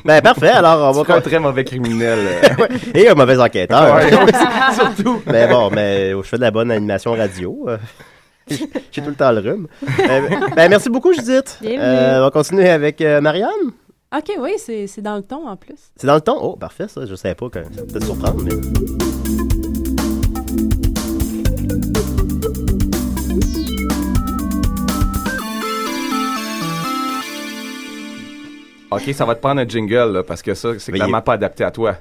D: ben, parfait, alors on va.
I: Tu seras un très mauvais criminel.
D: Ouais. Et un mauvais enquêteur.
I: Ouais.
D: Surtout. Mais Ben bon, mais je fais de la bonne animation radio. euh. J'ai tout le temps le rhume. Euh, ben, merci beaucoup, Judith.
P: Bienvenue.
D: Euh, on va continuer avec euh, Marianne.
P: OK, oui, c'est c'est dans le ton en plus.
D: C'est dans le ton. Oh, parfait, ça. Je savais pas que ça va peut-être surprendre, mais.
I: Ok, ça va te prendre un jingle, là, parce que ça, c'est clairement pas adapté à toi.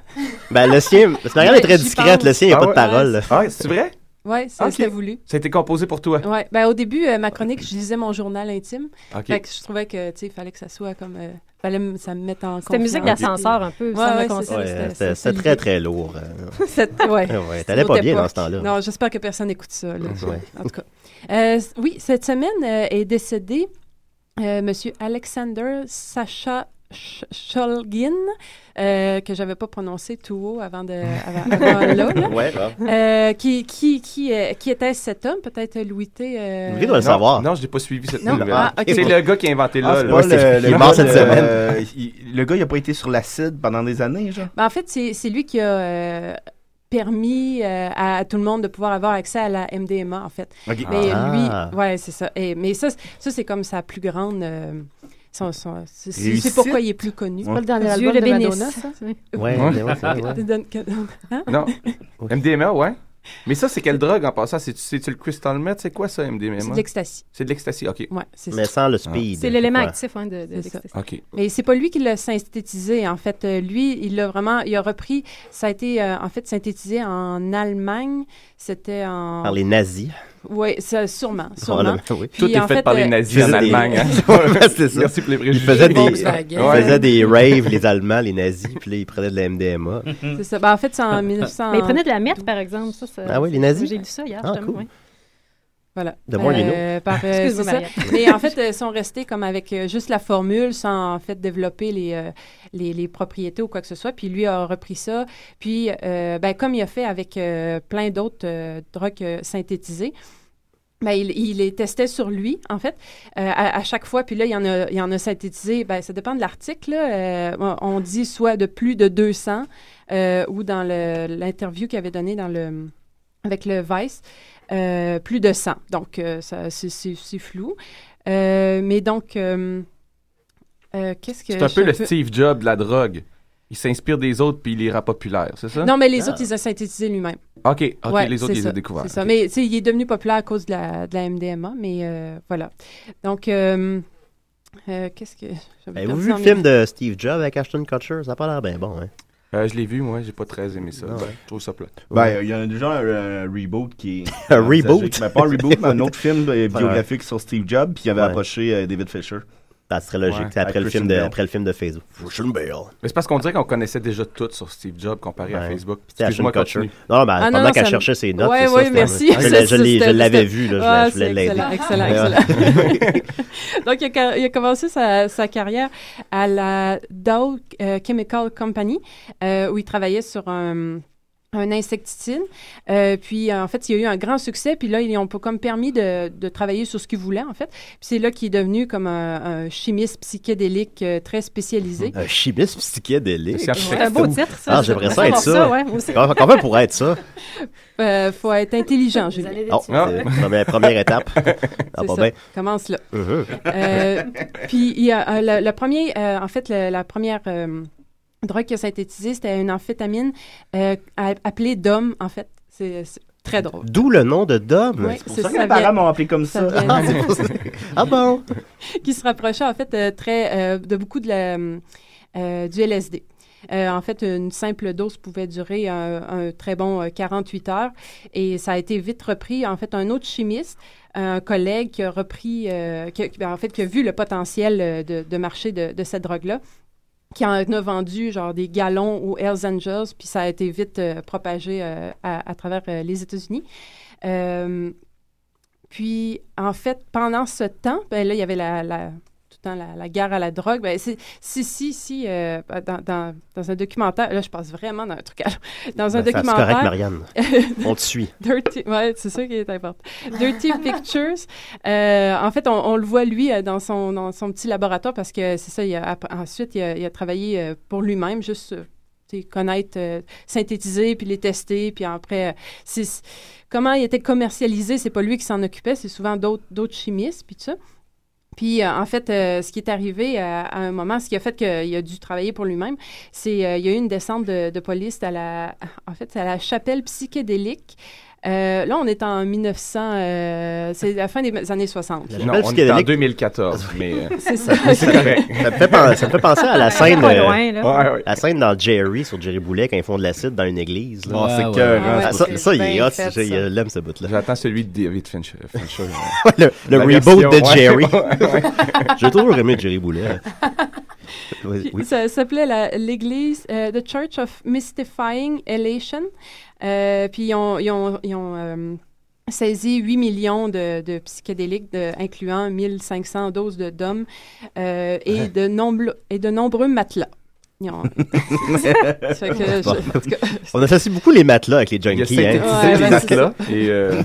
D: Ben, le sien, parce que Marianne est très
P: J'y
D: discrète.
P: pense.
D: Le sien, il n'y a
I: Ah
D: pas de
I: ouais?
D: parole.
I: Ah, c'est vrai?
P: Oui,
D: Ah,
I: Ok.
P: c'était voulu.
I: Ça a été composé pour toi.
P: Ouais. Ben, au début, euh, ma chronique, je lisais mon journal intime.
I: Ok.
P: Fait que je trouvais que, tu sais, il fallait que ça soit comme. euh, fallait me- ça me mette en
H: C'était musique
P: confiance.
H: d'ascenseur un peu,
P: Ouais,
H: ça me
P: ouais,
H: concerne.
P: c'est ça,
D: Ouais,
P: c'était-
D: c'était-
P: c'était
D: C'était très, très lourd. euh.
P: Cette-
D: Ouais,
P: ouais. C'est
D: t'allais
P: une
D: pas
P: autre
D: bien dans ce
P: époque.
D: temps-là.
P: Non, j'espère que personne n'écoute ça. là.
D: Ouais.
P: En tout cas. Euh, c- oui, cette semaine euh, est décédé euh, Monsieur Alexander Sacha Ch- Cholgin, euh, que j'avais pas prononcé tout haut avant de avant, avant là, là.
D: Ouais, bah.
P: Euh, qui qui qui, euh, qui était cet homme peut-être Louis T. euh,
I: Vous doit Non, je n'ai pas suivi cette
P: Non,
I: nouvelle.
P: ah, ok.
I: C'est le gars qui a inventé
E: Ah,
I: LOL.
E: c'est pas le- le gars de- euh,
I: Euh,
E: il- le gars, il a pas été sur l'acide pendant des années, genre.
P: Ben, en fait, c'est c'est lui qui a euh, permis euh, à, à tout le monde de pouvoir avoir accès à la MDMA, en fait.
E: Ok.
P: Mais
E: Ah.
P: lui, ouais, c'est ça. Et, mais ça, c- ça c'est comme sa plus grande. euh, son- son- c'est- c'est
E: Réussite.
P: c'est pourquoi il est plus connu.
E: C'est pas le dernier
P: Dieu
G: album de
P: bénisse.
G: Madonna, ça? Oui.
I: Ouais, ouais, ouais, c'est vrai, ouais.
P: Donne- que- hein?
I: Non. MDMA, ouais. Mais ça, c'est quelle drogue en passant? C'est- C'est-tu le crystal meth? C'est quoi ça, MDMA?
P: C'est de l'ecstasy.
I: C'est de l'ecstasy, OK.
P: Ouais, c'est
D: Mais sans
I: Ah.
D: le speed.
P: C'est l'élément
D: Ouais.
P: actif, hein, de- de
H: C'est ça.
P: l'ecstasy.
I: OK.
P: Mais c'est pas lui qui l'a synthétisé. En fait, Euh, lui, il l'a vraiment, il a repris. Ça a été euh, en fait synthétisé en Allemagne. C'était en
D: Par les nazis.
P: Oui, ça, sûrement, Ah, sûrement.
D: Voilà, oui.
P: Puis, en euh,
D: Ils faisaient des-
I: hein.
D: Ouais, c'est ça.
I: Merci pour les préjugés.
D: Ils faisaient des,
P: Volkswagen.
D: ils faisaient des raves, les Allemands, les nazis, puis là, ils prenaient de la MDMA.
P: C'est ça. Ben, en fait, c'est en 1900.
H: Mais ils prenaient de la merde, par exemple. Ça, ça-
D: Ah oui, les nazis?
H: J'ai lu ça hier,
D: Ah,
H: justement.
D: cool.
H: oui.
P: Voilà.
D: De moins les
P: Euh,
D: nôtres.
P: par, euh,
H: Excuse-moi,
P: c'est ça.
H: Marianne.
P: Mais en fait, euh, sont restés comme avec euh, juste la formule, sans en fait développer les, euh, les, les propriétés ou quoi que ce soit. Puis lui a repris ça. Puis, euh, ben, comme il a fait avec euh, plein d'autres euh, drogues euh, synthétisées, ben, il, il les testait sur lui, en fait, euh, à, à chaque fois. Puis là, il y en a, il y en a synthétisé. Ben, ça dépend de l'article. là. Euh, on- on dit soit de plus de 200 euh, ou dans le- l'interview qu'il avait donnée dans le, avec le Vice, euh, plus de 100. Donc, euh, ça, c'est- c'est c'est flou. Euh, mais donc, euh, euh, qu'est-ce que...
I: C'est un
P: je
I: peu le
P: peux-
I: Steve Jobs de la drogue. Il s'inspire des autres puis il les rend populaires, c'est ça?
P: Non, mais les autres, ils ont synthétisé lui-même.
I: OK, OK,
P: Ouais,
I: les autres,
P: c'est
I: ils les
P: ça,
I: ont découverts.
P: C'est ça. Mais tu sais, il est devenu populaire à cause de la, de la MDMA, mais euh, voilà. Donc, euh, euh, qu'est-ce que. j'avais
D: Avez-vous
P: perdu
D: Ben, vu
P: dans
D: le
P: mes-
D: film de Steve Jobs avec Ashton Kutcher? Ça a pas l'air bien bon, hein?
I: Euh, je l'ai vu, moi, j'ai pas très aimé ça. Je trouve ça plate.
E: Ben, il y en a déjà un, euh, reboot qui est.
D: Un reboot?
E: Ben, pas un reboot, mais un autre film euh,
D: Ouais.
E: biographique sur Steve Jobs, puis il avait
D: Ouais.
E: approché euh, David Fisher.
D: Ça serait logique.
E: Ouais.
D: C'est après,
E: Avec
D: le film
E: Christian
D: de,
E: Bale.
D: après le film de Facebook. Christian Bale.
I: Mais c'est parce qu'on dirait qu'on connaissait déjà tout sur Steve Jobs comparé à Facebook.
D: C'était Ashton
I: Excuse-moi,
D: Kutcher.
I: continue.
D: Non, non, ben,
P: Ah non,
D: pendant
P: non,
D: qu'elle
P: ça me-
D: cherchait ses notes,
P: Ouais,
D: c'est ça,
P: ouais,
D: c'était-
P: merci.
D: je l'ai- je
P: Ça,
D: l'ai- je
P: c'était-
D: l'avais
P: c'était-
D: vu, là, je
P: Ah,
D: l'ai- je voulais
P: c'est
D: l'aider.
P: Excellent,
D: Ouais.
P: excellent. excellent. Donc, il a, ca- il a commencé sa, sa carrière à la Dow euh, Chemical Company, euh, où il travaillait sur un un insecticide. Euh, puis, euh, en fait, il y a eu un grand succès. Puis là, ils ont pas comme permis de, de travailler sur ce qu'ils voulaient, en fait. Puis c'est là qu'il est devenu comme un, un chimiste psychédélique euh, très spécialisé.
D: Un chimiste psychédélique.
P: C'est C'est un beau titre, ça.
D: Ah, j'aimerais ça
P: J'aimerais
D: être
P: savoir ça,
D: ça.
P: ouais, moi aussi.
D: Comment comment pour être ça?
P: Euh, faut être intelligent, Julien.
D: Oh, c'est première, première étape. Ah,
P: Ah. C'est
D: pas
P: ça.
D: bien.
P: Commence là.
D: Mhm.
P: Euh, puis il y a euh, le, le premier, euh, en fait, le- la première euh, drogue qu'il a synthétisée, c'était une amphétamine euh, a- appelée DOM, en fait. C'est c'est très drôle.
D: D'où le nom de Dom.
P: Ouais,
D: C'est pour
P: c'est
D: ça que
P: ça
D: mes
P: vient-
D: parents m'ont
E: appelé comme
D: ça.
P: vient-
D: Ah, c'est pour ça. Ah bon?
P: qui se rapprochait, en fait, euh, très, euh, de beaucoup de la, euh, euh, du LSD. Euh, en fait, une simple dose pouvait durer un, un très bon euh, 48 heures et ça a été vite repris. En fait, un autre chimiste, un collègue qui a repris, euh, qui a- qui- ben, en fait, qui a vu le potentiel euh, de, de marché de, de cette drogue-là, qui en a vendu genre des gallons aux Hells Angels, puis ça a été vite euh, propagé euh, à, à travers euh, les États-Unis. Euh, puis, en fait, pendant ce temps, ben là, il y avait la, la- tout le temps la, la guerre à la drogue. Ben, c'est- si, si, si, euh, dans, dans- dans un documentaire, là, je passe vraiment dans un truc à l'autre. Dans un
D: Ben, ça, c'est
P: documentaire.
D: correct, Marianne. On te suit.
P: Dirty, ouais, c'est ça qui est important. Dirty Pictures. euh, en fait, on, on le voit lui euh, dans son, dans son petit laboratoire parce que c'est ça. Il a, app- ensuite, il a, il a travaillé euh, pour lui-même, juste euh, tu sais, connaître, euh, synthétiser, puis les tester, puis après, euh, c'est- c'est- comment il était commercialisé, c'est pas lui qui s'en occupait, c'est souvent d'autres d'autres chimistes, puis tout ça. Puis, euh, en fait, euh, ce qui est arrivé euh, à un moment, ce qui a fait qu'il a dû travailler pour lui-même, c'est euh, il y a eu une descente de, de police à la, en fait, c'est à la chapelle psychédélique. Euh, là, on est en 1900, euh, c'est la fin des années 60. là.
I: Non, on est en 2014, mais euh,
P: C'est ça.
I: mais c'est correct.
D: Ça me, fait penser, ça me fait penser à la scène,
P: Pas
D: euh,
P: loin, là.
I: Ouais, ouais.
D: la scène dans Jerry sur Jerry Boulet quand ils font de l'acide dans une église. là.
I: Ah, c'est Ouais, ouais. cœur, hein,
D: Ah,
I: ce
D: ça,
I: bout-là.
D: ça, il est
I: Bien
D: hot,
I: fait,
D: j'ai-
I: ça.
D: j'aime ce bout-là.
I: J'attends celui de David Fincher. euh, Fincher,
D: Ouais, le- le
I: La
D: reboot de
I: version, ouais.
D: Jerry.
I: Ouais, ouais.
D: J'ai toujours aimé Jerry Boulet. hein. Oui, oui.
P: Ça s'appelait la- l'église euh, The Church of Mystifying Elation. Euh, puis ils ont, ils ont- ils ont, euh, saisi 8 millions de, de psychédéliques, de- incluant 1500 doses de DOM euh, et, de nombre- et de nombreux matelas. Ils ont- Ça fait que je-
D: Bon.
P: en tout cas,
D: On associe beaucoup les matelas avec les
I: Il a
D: junkies.
I: synthétisé
D: hein.
P: Ouais,
I: les
P: ben, c'est
I: matelas
P: ça.
I: et... euh,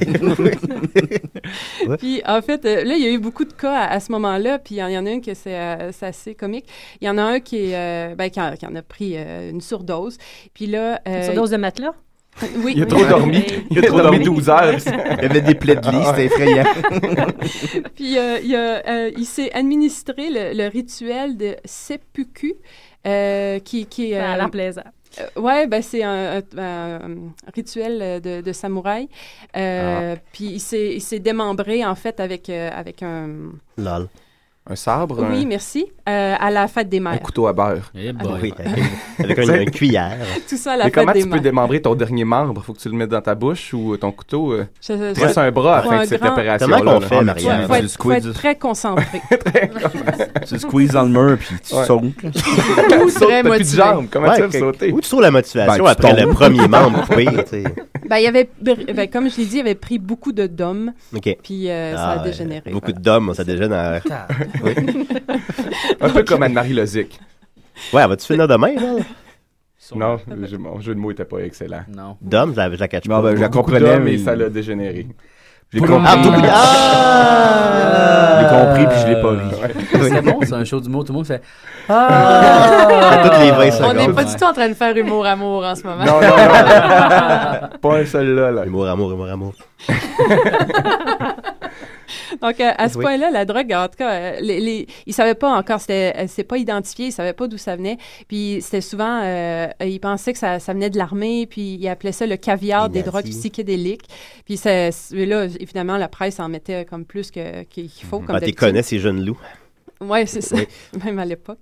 D: Ouais.
P: Puis, en fait, euh, là, il y a eu beaucoup de cas à, à ce moment-là. Puis, il y, en- il y en a une que c'est euh, c'est assez comique. Il y en a un qui, est, euh, ben, qui, en, qui en a pris euh, une surdose. Puis là.
H: Une surdose de matelas?
P: Oui,
I: il a
P: oui,
I: trop
P: oui.
I: dormi. Il a trop dormi 12 heures.
E: Il y avait des plaies de lit, c'était effrayant.
P: Puis euh, il, a, euh, il s'est administré le, le rituel de seppuku, euh, qui, qui est...
H: Ça a
P: euh,
H: l'air plaisant.
P: euh, ouais, ben c'est un, un- un- un rituel euh, de, de samouraï. Euh,
I: Ah.
P: Puis il s'est il s'est démembré, en fait, avec, euh, avec un...
D: Lol.
I: Un sabre?
P: Oui,
I: un-
P: merci. Euh, à la fête des
I: Un
P: mères.
I: couteau à beurre.
F: Eh
P: boy.
D: Ah, Oui, avec avec une, une cuillère.
P: Tout ça à la
I: Mais
P: fête
I: comment
P: des
I: tu peux
P: mères.
I: démembrer ton dernier membre? Faut que tu le mettes dans ta bouche ou ton couteau? euh,
P: Je- je-
I: Tu restes un bras
P: pour
I: afin
P: un
I: que cette
P: grand-
I: opération-là.
E: Comment qu'on
I: là.
E: fait,
I: Ah, mais
E: Marianne?
I: tu-
P: Faut
I: tu
P: être, faut
I: squeezes-
P: être très concentré.
E: tu squeezes dans le mur puis tu
I: Ouais.
E: sautes.
I: Ou Saute, très t'as plus de motivé. jambes, comment tu vas
D: que-
I: sauter?
D: Où tu trouves la motivation
E: Ben, tu
D: après le
E: tombes.
D: premier membre coupé, tu sais?
P: Ben, il avait, ben, comme je l'ai dit, il avait pris beaucoup de dômes.
D: OK.
P: Puis euh, ça
D: Ah,
P: a
D: ouais.
P: dégénéré.
D: Beaucoup de dômes, ça dégénère. Oui.
I: Un peu comme Anne-Marie Lozic.
D: Ouais, vas-tu finir demain, là?
I: Non, je- mon jeu de mots n'était pas excellent.
J: Non.
D: Dômes, je la, je la catch pas.
E: ben, je la
I: Beaucoup
E: comprenais,
I: d'hommes,
E: mais-
I: et ça l'a dégénéré.
E: J'ai compris. Ah, beaucoup de-
F: Euh,
E: Ah! J'ai compris, puis je l'ai pas vu.
F: Ah,
J: C'est bon, c'est un show d'humour. Tout le monde fait.
F: Ah!
E: À toutes les 20
G: On n'est
E: secondes.
G: pas du tout en train de faire humour-amour en ce moment.
I: Non, non, non. pas un seul là, là.
D: Humour, amour, humour, amour.
P: Donc, euh, à ce
D: Oui.
P: point-là, la drogue, en tout cas, euh, les, les- ils ne savaient pas encore, c'était euh, c'est pas identifié, ils ne savaient pas d'où ça venait. Puis c'était souvent, euh, ils pensaient que ça, ça venait de l'armée, puis ils appelaient ça le caviar des
D: nazis.
P: drogues psychédéliques. Puis ça- là, évidemment, la presse en mettait comme plus que- qu'il faut. comme
D: Ah, t'es
P: d'habitude.
D: connais ces jeunes loups.
P: Oui, c'est ça, même à l'époque.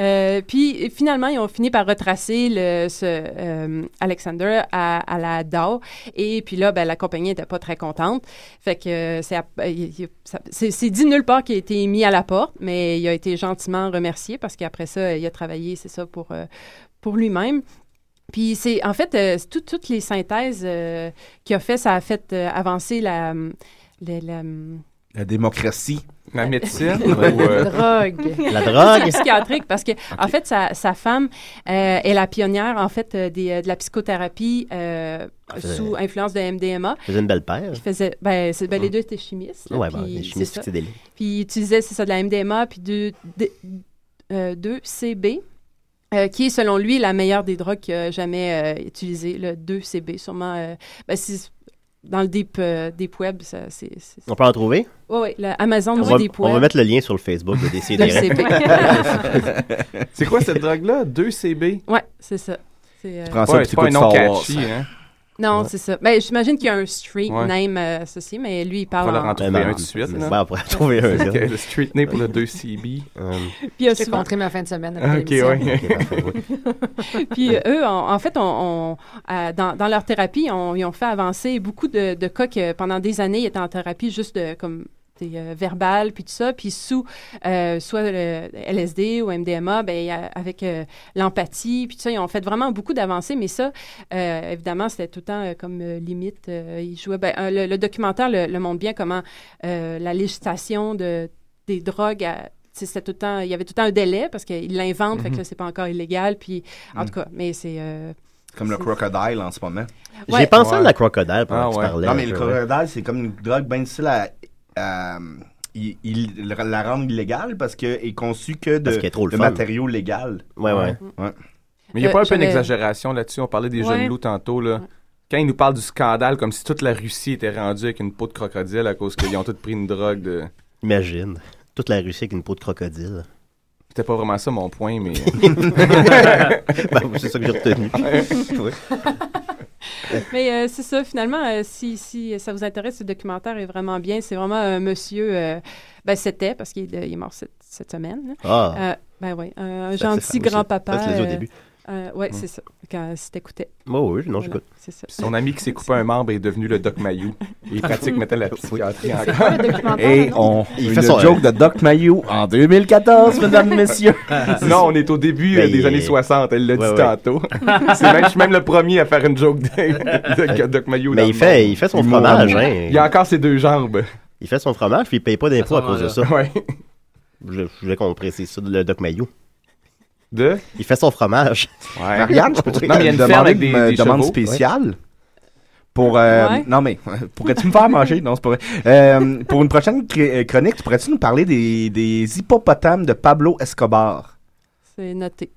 P: Euh, puis finalement, ils ont fini par retracer le, ce euh, Alexander à, à la DAO. Et puis là, ben, la compagnie n'était pas très contente. Fait que euh, c'est à- euh, il- il- ça- c'est c'est dit nulle part qu'il a été mis à la porte, mais il a été gentiment remercié parce qu'après ça, il a travaillé, c'est ça, pour, euh, pour lui-même. Puis c'est en fait euh, c'est tout- toutes les synthèses euh, qu'il a fait, ça a fait euh, avancer la, la- la
E: La démocratie.
I: La médecine
E: ou, euh,
P: drogue.
E: La
D: Ah,
E: drogue.
P: C'est psychiatrique parce que, en fait, sa, sa femme euh, est la pionnière, en fait, euh, des, euh, de la psychothérapie euh,
D: faisait-
P: sous influence de MDMA.
D: Faisait une belle paire.
P: Qui faisait, ben, c'est- ben, les deux étaient chimistes. là,
D: Mhm. Ouais,
P: puis
D: ben, les
P: c'est
D: chimistes
P: ça.
D: psychédéliques.
P: Puis ils utilisaient, c'est ça, de la MDMA, puis du d- euh, 2CB. euh, qui est selon lui la meilleure des drogues qu'il a jamais euh, utilisée, le 2CB, sûrement. euh, ben, si- dans le deep, euh, deep web, ça, c'est. c'est-
D: On peut en trouver?
P: Ouais, ouais, le Amazon
D: On
P: du
D: va,
P: deep
D: on va
P: web.
D: mettre le lien sur le Facebook de DCD.
P: Deux CB.
I: C'est quoi cette drogue-là? 2 CB?
P: Ouais, c'est ça. C'est, euh,
I: prends ça, Ouais, puis c'est pas t'écoutes un nom Star Wars, catchy, hein. hein.
P: Non,
I: Ouais.
P: c'est ça. Ben, j'imagine qu'il y a un street
I: Ouais.
P: name euh, associé, mais lui, il
I: On
P: parle
I: va leur
P: en...
I: en trouver
D: Ben,
I: un
D: non.
I: tout de suite.
D: Ben,
I: là.
D: on pourrait en trouver un, là.
I: C'est que Le street name pour le 2 CB.
P: Puis, euh,
G: J'ai
P: souvent-
G: contré ma fin de semaine
I: Ah,
G: avec
I: ok,
G: l'émission.
I: ouais. Ok, parfait,
P: Puis euh, eux, en, en fait, on, on, euh, dans, dans leur thérapie, on- ils ont fait avancer beaucoup de, de cas que pendant des années, ils étaient en thérapie juste de, comme des, euh, verbales, puis tout ça. Puis sous euh, soit le LSD ou MDMA, ben, il y a- avec euh, l'empathie, puis tout ça, ils ont fait vraiment beaucoup d'avancées. Mais ça, euh, évidemment, c'était tout le temps euh, comme euh, limite. euh, ils jouaient, ben, euh, le, le documentaire le, le montre bien comment euh, la législation de, des drogues... à- tu sais, c'était tout le temps, il y avait tout le temps un délai parce qu'ils l'inventent, fait que
E: Mhm.
P: là, c'est pas encore illégal. Puis en
E: Mm.
P: tout cas, mais c'est. euh,
E: Comme le
P: c'est-
E: crocodile en ce moment.
P: Ouais. J'ai pensé
D: à la crocodile pendant que tu parlais
E: Non,
D: un
E: mais
D: peu,
E: le
D: ouais.
E: crocodile, c'est comme une drogue bien difficile à. à- il- il- la rendre illégale parce qu'elle est conçue que de,
D: Parce qu'elle est trop le
E: de
D: fun.
E: matériaux légaux.
D: Ouais, ouais.
I: Mais il n'y a
E: Euh,
I: pas un peu
E: j'avais-
I: d'exagération là-dessus. On parlait des
E: Ouais.
I: jeunes loups tantôt. Là. Quand ils nous parlent du scandale, comme si toute la Russie était rendue avec une peau de crocodile à cause qu'ils ont tous pris une drogue de.
D: Imagine. Toute la Russie avec une peau de crocodile.
I: C'était pas vraiment ça mon point, mais. euh,
D: Ben, c'est ça que j'ai retenu. Oui.
P: Mais euh, c'est ça, finalement, euh, si, si ça vous intéresse, ce documentaire est vraiment bien. C'est vraiment un monsieur, euh, ben c'était, parce qu'il est, de- il est mort cette, cette semaine. là.
D: Ah.
P: Euh, ben oui, un
D: Ça,
P: gentil
D: c'est fameux, ça.
P: grand-papa.
D: Ça, tu l'as dit au début.
P: euh, ouais,
I: Mm.
P: c'est ça, quand si t'écoutais.
D: Oh, oui, non,
P: Voilà,
D: j'écoute.
P: C'est ça.
I: Puis son ami qui s'est coupé un membre est devenu le Doc Mayou. Il pratique maintenant la psychiatrie
E: C'est
I: encore.
E: quoi le documentaire, Et le nom? on-
I: Il
E: une
I: fait son
E: joke de Doc Mayou en 2014, mesdames, messieurs.
I: non, on est au début euh,
E: Ben,
I: des
E: il-
I: années 60, elle l'a
E: Ouais,
I: dit
E: ouais.
I: tantôt. C'est même- je suis même le premier à faire une joke de, de- de Doc Mayou.
D: Mais
I: dans
D: Ben, il
I: le
D: fait,
I: monde.
D: il fait son
I: Il mourra.
D: fromage, hein.
I: Il a encore ses deux jambes.
D: Il fait son fromage, puis il paye pas d'impôts à cause de ça.
I: Ouais.
D: Je, je voulais qu'on précise ça, le Doc Mayou.
I: De?
D: Il fait son fromage.
I: Ouais.
E: Marianne, je peux te demander une euh, demande spéciale pour euh,
D: Ouais.
E: non mais pourrais-tu me faire manger non c'est pas vrai Euh, pour une prochaine cr- chronique tu pourrais-tu nous parler des, des hippopotames de Pablo Escobar
P: C'est noté.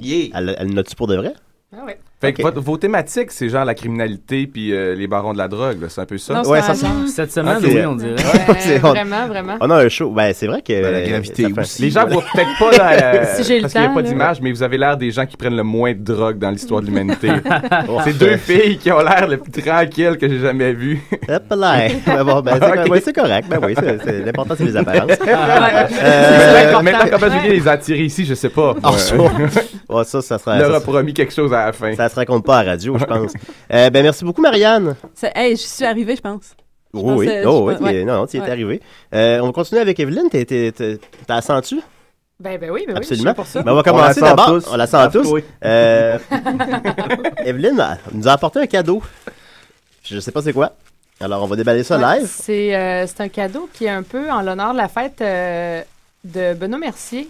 D: Elle, elle note-tu pour de vrai?
P: Ah ouais.
I: Fait que votre- vos thématiques, c'est genre la criminalité puis euh, les barons de la drogue, là, c'est un peu ça.
G: Non, c'est Ouais, ça- ça- cette semaine,
I: Ok.
G: oui, on dirait. Ouais,
P: Euh,
D: C'est- on-
G: vraiment, vraiment.
D: On a un show. Ben, c'est vrai que.
E: la gravité
D: ça fait-
E: Euh, aussi.
I: Les gens voient peut-être pas la-
G: Si j'ai le
I: parce qu'il n'y a
G: temps,
I: pas
G: là.
I: d'image, mais vous avez l'air des gens qui prennent le moins de drogue dans l'histoire de l'humanité.
D: Ouais.
I: c'est deux filles qui ont l'air le plus tranquilles que j'ai jamais vu.
D: Hop là. Ben bon, ben, c'est
I: Ok.
D: ouais, c'est correct. Ben oui, c'est- c'est- l'important, c'est les apparences. Euh,
I: Maintenant, maintenant, comment je viens les attirer ici, je sais pas.
D: Ah,
I: Ouais.
D: ça. Ouais, ça, ça serait.
I: Leur a
D: promis quelque chose à la fin. Ça se raconte pas à la radio, je pense. Euh, ben, merci beaucoup, Marianne.
P: C'est- Hey, je suis arrivée, je pense. Je
D: Oh
P: pense,
D: oui,
P: euh,
D: oh,
P: je
D: oui.
P: pense- ouais.
D: non, non, tu y
P: Ouais.
D: es arrivé. Euh, on va continuer avec Evelyne. T'es- t'es- t'es- T'as la sens-tu?
G: Ben, ben oui, ben oui. je suis
D: Absolument.
G: là pour ça.
D: Ben, on va commencer d'abord. On la
E: Ah,
D: sent tous.
G: Oui.
D: Euh, Evelyne a- nous a apporté un cadeau. Je sais pas c'est quoi. Alors, on va déballer ça
G: Ouais,
D: live.
G: C'est euh, c'est un cadeau qui est un peu en l'honneur de la fête euh, de Benoît Mercier,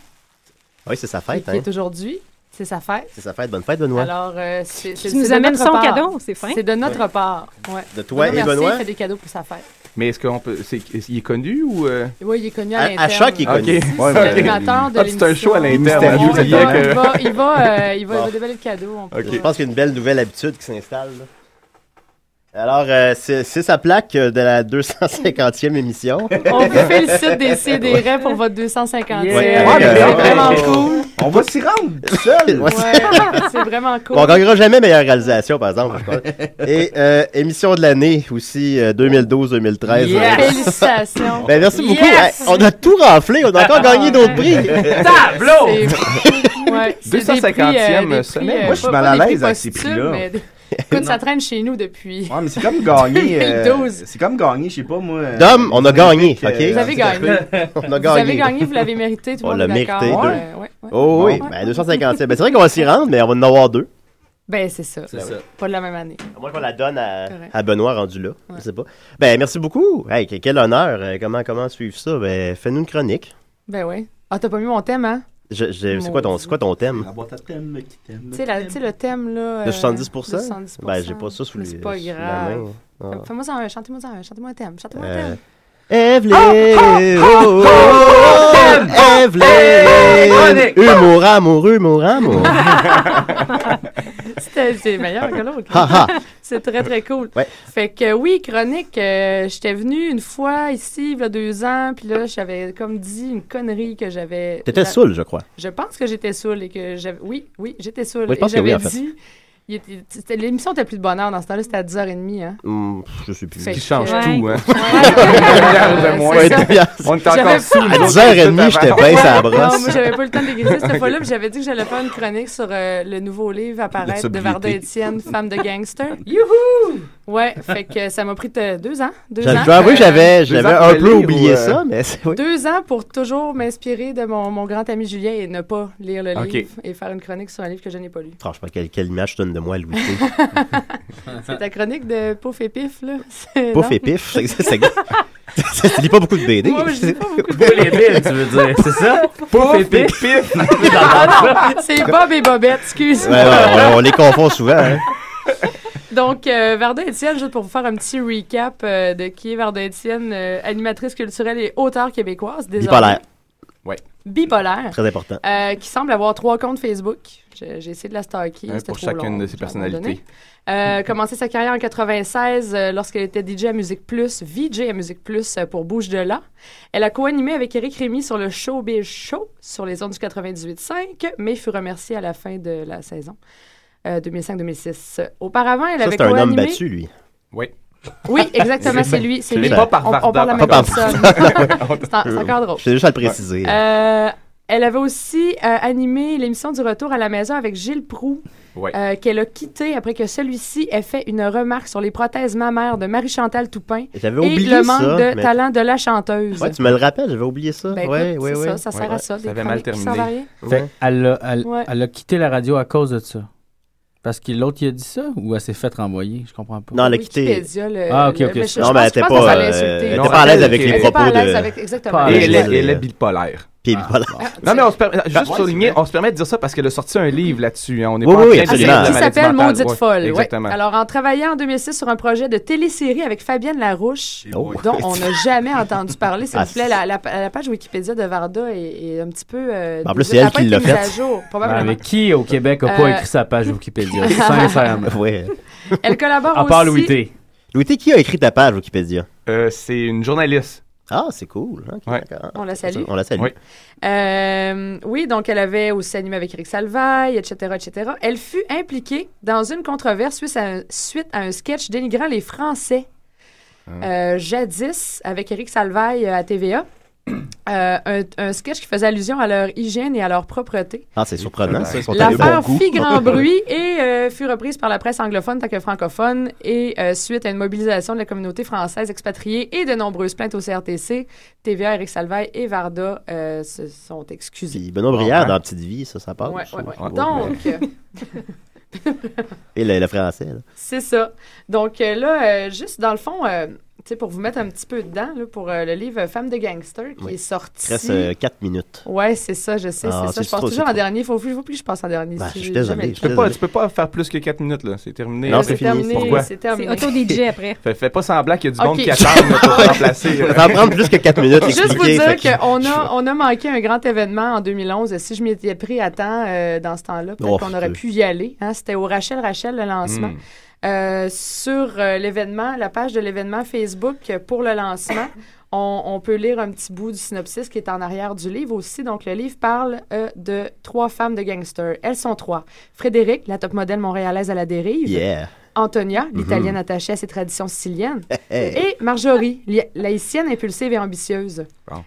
D: Oui, c'est sa
G: qui
D: fête. Hein.
G: est aujourd'hui. C'est sa fête.
D: C'est sa fête. Bonne fête, Benoît.
G: Alors, euh, c'est c'est-
H: Tu nous
G: c'est de
H: amènes
G: notre
H: son
G: part.
H: cadeau, c'est fin.
G: C'est de notre part. ouais.
D: De toi
G: Benoît
D: et
G: Mercier
D: Benoît?
G: fait des cadeaux pour sa fête.
I: Mais est-ce qu'on peut. C'est, est-ce- il est connu ou. euh?
G: Oui, il est connu à,
I: À- à
G: l'interne.
I: choc, il est connu.
G: Ok.
I: Ouais,
G: C'est
I: ouais.
G: l'animateur de
I: Ah, c'est un show à
G: l'émission.
I: l'interne,
G: On-
I: on
G: Il va,
I: oubliait que-
G: il va, il va, euh, il va, il va
D: Bon.
G: déballer le cadeau. on peut-
D: Je pense qu'il y a une belle nouvelle habitude qui s'installe. là. Alors, euh, c'est c'est sa plaque euh, de la 250e émission.
G: On vous félicite des CDR pour votre 250e.
D: Yeah.
G: C'est
D: Ouais, mais c'est
G: vraiment
D: vrai.
G: cool.
E: On va s'y rendre seul.
D: Ouais, c'est-
G: Ouais, c'est vraiment cool.
D: On gagnera jamais meilleure réalisation, par exemple. je crois. Et euh, émission de l'année aussi, euh, 2012-2013.
G: Yes!
D: Euh,
G: Félicitations.
D: Ben, merci beaucoup.
G: Yes!
D: Hey, on a tout renflé. On a encore gagné d'autres prix.
G: C'est- ouais, c'est des prix, euh,
I: 250e
G: des prix,
I: semaine.
G: euh,
I: Moi, je suis
G: pas-
I: mal
G: pas
I: à
G: des prix
I: l'aise avec ces
G: posthumes,
E: prix-là.
G: mais des- Écoute, ça traîne chez nous depuis.
E: Ouais, mais c'est comme gagner. euh,
G: 2012.
E: c'est comme gagner, je sais pas moi. euh,
D: Dom, on a gagné, OK?
E: euh,
G: Vous avez gagné.
D: On a
G: Vous avez
D: gagné.
G: gagné, vous l'avez mérité. Tout
D: On
G: le
D: l'a
G: monde est d'accord.
D: mérité. deux.
G: Euh, ouais, ouais.
D: Oh oui,
G: Ouais.
D: ben, 250e. Ben, c'est vrai qu'on va s'y rendre, mais on va en avoir deux.
G: Ben, c'est ça.
D: C'est ça.
G: Pas de la même année.
D: Moi, qu'on la donne à, à Benoît rendu là. Je sais pas. Ben, merci beaucoup. Hey, que- quel honneur. Euh, Comment, comment suivre ça? Ben, fais-nous une chronique.
G: Ben oui. Ah, t'as pas mis mon thème, hein?
D: Je- je- c'est,
G: Mon
D: quoi ton, c'est quoi ton thème?
E: La boîte à thème, le petit thème.
G: Tu sais, la- tu sais, le thème, là...
D: Le
G: euh,
D: 70
G: le 70%.
D: Ben, j'ai pas ça sous
G: Mais
D: les-
G: C'est pas
D: sous la
G: grave.
D: main. Ah.
G: Fais- Fais-moi ça, un- chantez-moi ça, un- chantez-moi un thème, chantez-moi un
D: Euh,
G: thème.
D: Evelyne, oh, oh, oh, Evelyne, humour, amour, humour, amour.
G: C'était- C'est meilleur que l'autre.
D: Ha, ha.
G: c'est très, très cool.
D: Ouais.
G: Fait que oui, chronique, euh, j'étais venue une fois ici, il y a deux ans, puis là, j'avais comme dit une connerie que j'avais...
D: T'étais
G: j'a-
D: saoul, je crois.
G: Je pense que j'étais saoule et que j'avais... Oui, oui, j'étais saoule.
D: Oui, je
G: Et
D: pense que oui,
G: j'avais
D: en fait.
G: dit... il était- c'était- L'émission était plus de bonheur dans ce temps-là, c'était à 10h30, hein?
D: Hum, pff, je sais plus.
G: Fait Qui que- change Ouais. tout, hein. Ouais.
I: de moins.
D: Ouais, demi-heure.
I: On est encore
G: J'avais-
I: sous.
D: À 10h30, j'étais bien sa
G: Non,
D: brosse.
G: moi, j'avais pas le temps d'égriser cette fois-là, puis j'avais dit que j'allais faire une chronique sur euh, le nouveau livre à paraître de
D: sobriété.
G: Varda Étienne, Femme de gangster. Youhou! Ouais, fait que ça m'a pris euh, deux ans. Deux
D: J'avais-
G: ans.
D: Je dois avouer que j'avais,
I: Deux ans
D: j'avais
I: pour
D: un
I: le
D: peu
I: lire ou,
D: oublié
I: euh,
D: ça, mais c'est oui.
G: Deux ans pour toujours m'inspirer de mon, mon grand ami Julien et ne pas lire le
D: Ok.
G: livre et faire une chronique sur un livre que je n'ai pas lu.
D: Franchement, quelle, quelle image tu donnes de moi, Louis T.
G: C'est ta chronique de Pouf et Pif, là? C'est-
D: Pouf
G: non?
D: et pif. c'est- c'est- c'est- c'est- Tu lis pas beaucoup de BD.
G: Moi, je lis pas beaucoup de
D: Pouf
G: BD. Pouf et Pif,
F: tu veux dire, c'est ça?
D: Pouf et pif.
G: Ah non, c'est Bob et Bobette, excuse.
D: Ouais, ouais, on, on les confond souvent. Hein.
G: Donc, euh, Varda Étienne, juste pour vous faire un petit recap euh, de qui est Varda Étienne, euh, animatrice culturelle et auteure québécoise, désormais.
D: Bipolaire.
I: Ouais.
G: Bipolaire.
D: Très important.
G: Euh, qui semble avoir trois comptes Facebook. Je- J'ai essayé de la stalker.
I: Un
G: c'était
I: pour
G: trop
I: chacune
G: long,
I: de ses
G: à un moment donné.
I: personnalités.
G: Euh, commencé sa carrière en 96 euh, lorsqu'elle était DJ à Musique Plus, VJ à Musique Plus euh, pour Bouge de là. Elle a co-animé avec Eric Rémy sur le Showbiz Show sur les ondes du 98.5, mais fut remerciée à la fin de la saison euh, 2005-2006. Auparavant, elle
D: Ça,
G: avait
D: c'est un homme
G: co-animé-
D: battu, lui.
I: Oui.
G: Oui, exactement, c'est lui. C'est lui.
D: Mais
G: on, on parle à la même
D: Pas par
G: personne.
D: Varda.
G: c'est en- c'est encore drôle.
D: Je fais juste à le préciser.
G: Oh. Euh, elle avait aussi euh, animé l'émission du retour à la maison avec Gilles Proux,
I: Ouais.
G: euh, qu'elle a quitté après que celui-ci ait fait une remarque sur les prothèses mammaires de Marie-Chantal Toupin
D: J'avais
G: et
D: oublié
G: le manque
D: ça,
G: de
D: mais-
G: talent de la chanteuse.
D: Ouais, tu me le rappelles, j'avais oublié ça.
G: Ben,
D: ouais,
G: écoute,
D: ouais,
G: c'est
D: ouais.
G: ça, ça sert
D: Ouais.
G: à ça. des
F: Ça avait mal
G: chroniques
F: terminé.
G: qui servent à rien.
F: Fait, elle, a, elle,
G: Ouais.
F: elle a quitté la radio à cause de ça. Parce que l'autre, il a dit ça ou elle s'est fait renvoyer Je comprends pas.
D: Non, elle a quitté.
G: Wikipédia, le-
F: ah, ok,
G: le-
F: ok.
G: mais je- Non, je mais elle pense- était je pense pas, que ça euh, allait insulter. elle était pas à l'aise avec les
I: Et
D: propos
G: elle-
D: de-
G: elle- exactement.
I: Et elle, est-
D: Elle est-
I: elle est bipolaire.
D: Puis voilà.
I: Non, mais on se permet, juste souligner, on se permet de dire ça parce qu'elle a sorti un livre là-dessus. hein. On est
D: Oui,
I: pas en
D: oui,
I: train de
D: absolument.
I: dire de
D: Qui
I: maladie
G: s'appelle
I: mentale.
G: Maudite
I: Ouais,
G: Folle. ouais.
I: Exactement.
G: Alors, en travaillant en 2006 sur un projet de télésérie avec Fabienne Larouche,
I: Oh.
G: dont on n'a jamais entendu parler, s'il
D: Ah,
G: vous plaît, la, la- la page Wikipédia de Varda est, est un petit peu. euh,
D: En plus, c'est
G: désuète.
D: elle
G: a pas
D: qui
G: été
D: l'a
G: mise
D: faite.
G: à jour,
J: Ah,
G: probablement.
J: mais qui au Québec a pas
G: Euh,
J: écrit sa page Wikipédia? Sincèrement.
D: Ouais.
G: Elle collabore
J: À
G: aussi.
J: part Louis T.
D: Louis T, qui a écrit ta page Wikipédia?
I: Euh, c'est une journaliste.
D: Ah, c'est cool. Ok, d'accord.
G: On la salue.
D: On la salue.
I: Oui.
G: Euh, oui, donc elle avait aussi animé avec Eric Salvaille, etc., etc. Elle fut impliquée dans une controverse suite à un, suite à un sketch dénigrant les Français,
J: Hein.
G: euh, jadis avec Eric Salvaille euh, à TVA. Euh, un, un sketch qui faisait allusion à leur hygiène et à leur propreté.
D: Ah, c'est surprenant.
I: ça,
D: Ils sont allés
G: L'affaire
D: bon goût.
G: fit grand bruit et euh, fut reprise par la presse anglophone tant que francophone et euh, suite à une mobilisation de la communauté française expatriée et de nombreuses plaintes au CRTC, TVA, Eric Salvaille et Varda euh, se sont excusés.
D: Puis Benoît Brière
G: Ouais.
D: dans Petite Vie, ça, ça passe.
G: Ouais, ouais, ouais.
D: Ouais.
G: Donc, euh,
D: Et le, le français, là.
G: c'est ça. Donc euh, là, euh, juste dans le fond, euh, tu sais, pour vous mettre un petit peu dedans, là, pour euh, le livre Femme de gangster qui
D: Oui.
G: est sorti.
D: Il reste euh, 4 minutes.
G: Ouais, c'est ça, je sais,
D: Ah,
G: c'est ça.
D: c'est
G: Je pense
D: trop,
G: toujours
D: c'est
G: en dernier. Faut plus, faut plus que je pense en dernier.
D: Ben,
G: si
D: je
G: j'ai
D: suis désolé,
G: jamais le
I: Tu
D: je
G: temps.
I: peux, pas, tu peux pas faire plus que 4 minutes, là. C'est terminé.
D: Non,
I: là.
D: c'est fini.
I: Pourquoi?
G: C'est terminé.
H: C'est auto-DJ après.
I: Fais, fais pas semblant qu'il y a du
G: Ok.
I: monde qui attend là, pour te remplacer.
D: Ça va prendre plus que 4 minutes.
G: Juste vous
D: expliquer,
G: dire
D: fait que-
G: qu'on a, on a manqué un grand événement en 2011. Si je m'étais pris à temps euh, dans ce temps-là, peut-être
D: Oh,
G: qu'on aurait
D: c'est- Hmm.
G: pu y aller. hein. C'était au Rachel Rachel, le lancement.
I: Mm.
G: Euh, sur euh, l'événement, la page de l'événement Facebook euh, pour le lancement, on, on peut lire un petit bout du synopsis qui est en arrière du livre aussi. Donc, le livre parle euh, de trois femmes de gangsters. Elles sont trois. Frédéric, la top modèle montréalaise à la dérive.
D: Yeah.
G: Antonia, l'italienne
D: Mhm.
G: attachée à ses traditions siciliennes.
D: Hey.
G: Et Marjorie, li- laïcienne impulsive et ambitieuse.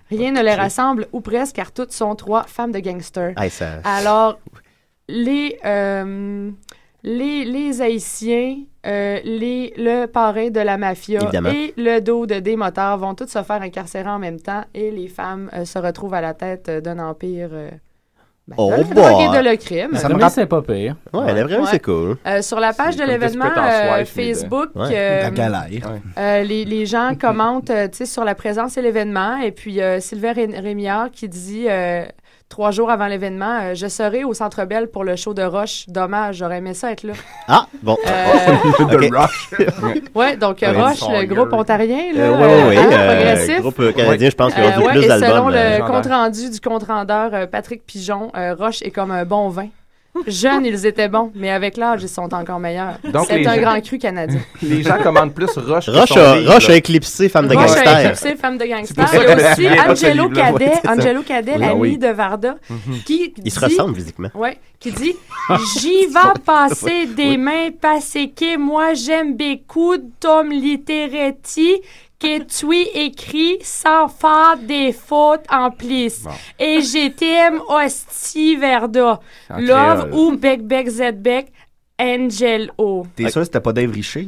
G: Rien ne les rassemble, ou presque, car toutes sont trois femmes de gangsters.
D: Hey, ça-
G: Alors, les, euh, les, les Haïtiens, euh, les, le parrain de la mafia
D: Évidemment.
G: et le dos de des motards vont toutes se faire incarcérer en même temps et les femmes euh, se retrouvent à la tête euh, d'un empire. euh, ben,
D: Oh
G: de la
D: boy.
G: drogue et de le crime.
J: Ça me c'est pas pire.
D: Ouais, la vraiment,
G: Ouais.
D: c'est cool.
G: Euh, sur la page de
I: comme
G: l'événement
I: Desperate Housewives,
G: euh,
I: mais de-
G: Facebook,
D: Ouais.
G: euh,
E: galère.
G: euh, les, les gens commentent euh, tu sais, sur la présence et l'événement. Et puis, euh, Sylvain Ré- Rémillard qui dit euh, trois jours avant l'événement euh, Je serai au Centre Belle pour le show de Roche. Dommage, j'aurais aimé ça être là.
D: Ah, bon.
G: Euh,
D: Ok.
E: The Rush.
G: Ouais, donc
D: Ouais,
G: Roche,
I: Sawyer.
G: le groupe ontarien, là,
D: Euh, ouais, ouais, ouais,
G: hein,
D: euh,
G: progressif.
D: groupe euh, canadien, je pense qu'il
G: Euh,
D: y
G: ouais,
D: plus
G: et selon
D: d'albums.
G: le
D: euh,
G: compte rendu du compte rendeur euh, Patrick Pigeon, euh, Roche est comme un bon vin. Jeunes, ils étaient bons, mais avec l'âge, ils sont encore meilleurs.
I: Donc,
G: C'est
I: les
G: un
I: gens-
G: grand cru canadien.
I: Les gens commandent plus Rush. que
D: Rush
I: son
D: a,
I: livre,
D: Rush
I: là.
D: a éclipsé Femme de
G: Moi, je suis un
D: Gangster.
G: éclipsé femme de gangster.
I: pour ça
G: Il y
I: que
G: a aussi
I: je me souviens pas de ce
G: Angelo
I: livre-là.
G: Cadet,
D: Ouais, c'est ça.
G: Angelo Cadet,
D: Oui,
G: l'ami
D: oui.
G: de Varda, qui
D: Ils se Ah,
G: dit-
D: ressemblent physiquement.
G: Ouais, qui dit J'y va passer des mains passées que moi j'aime beaucoup Tom Literetti que tu écris sans faire des fautes en plus. Et je t'aime hostie Verda.
I: En
G: Love
I: créole.
G: ou Bec Bec Z Bec Angel O.
E: T'es sûr que c'était pas Dave Richer?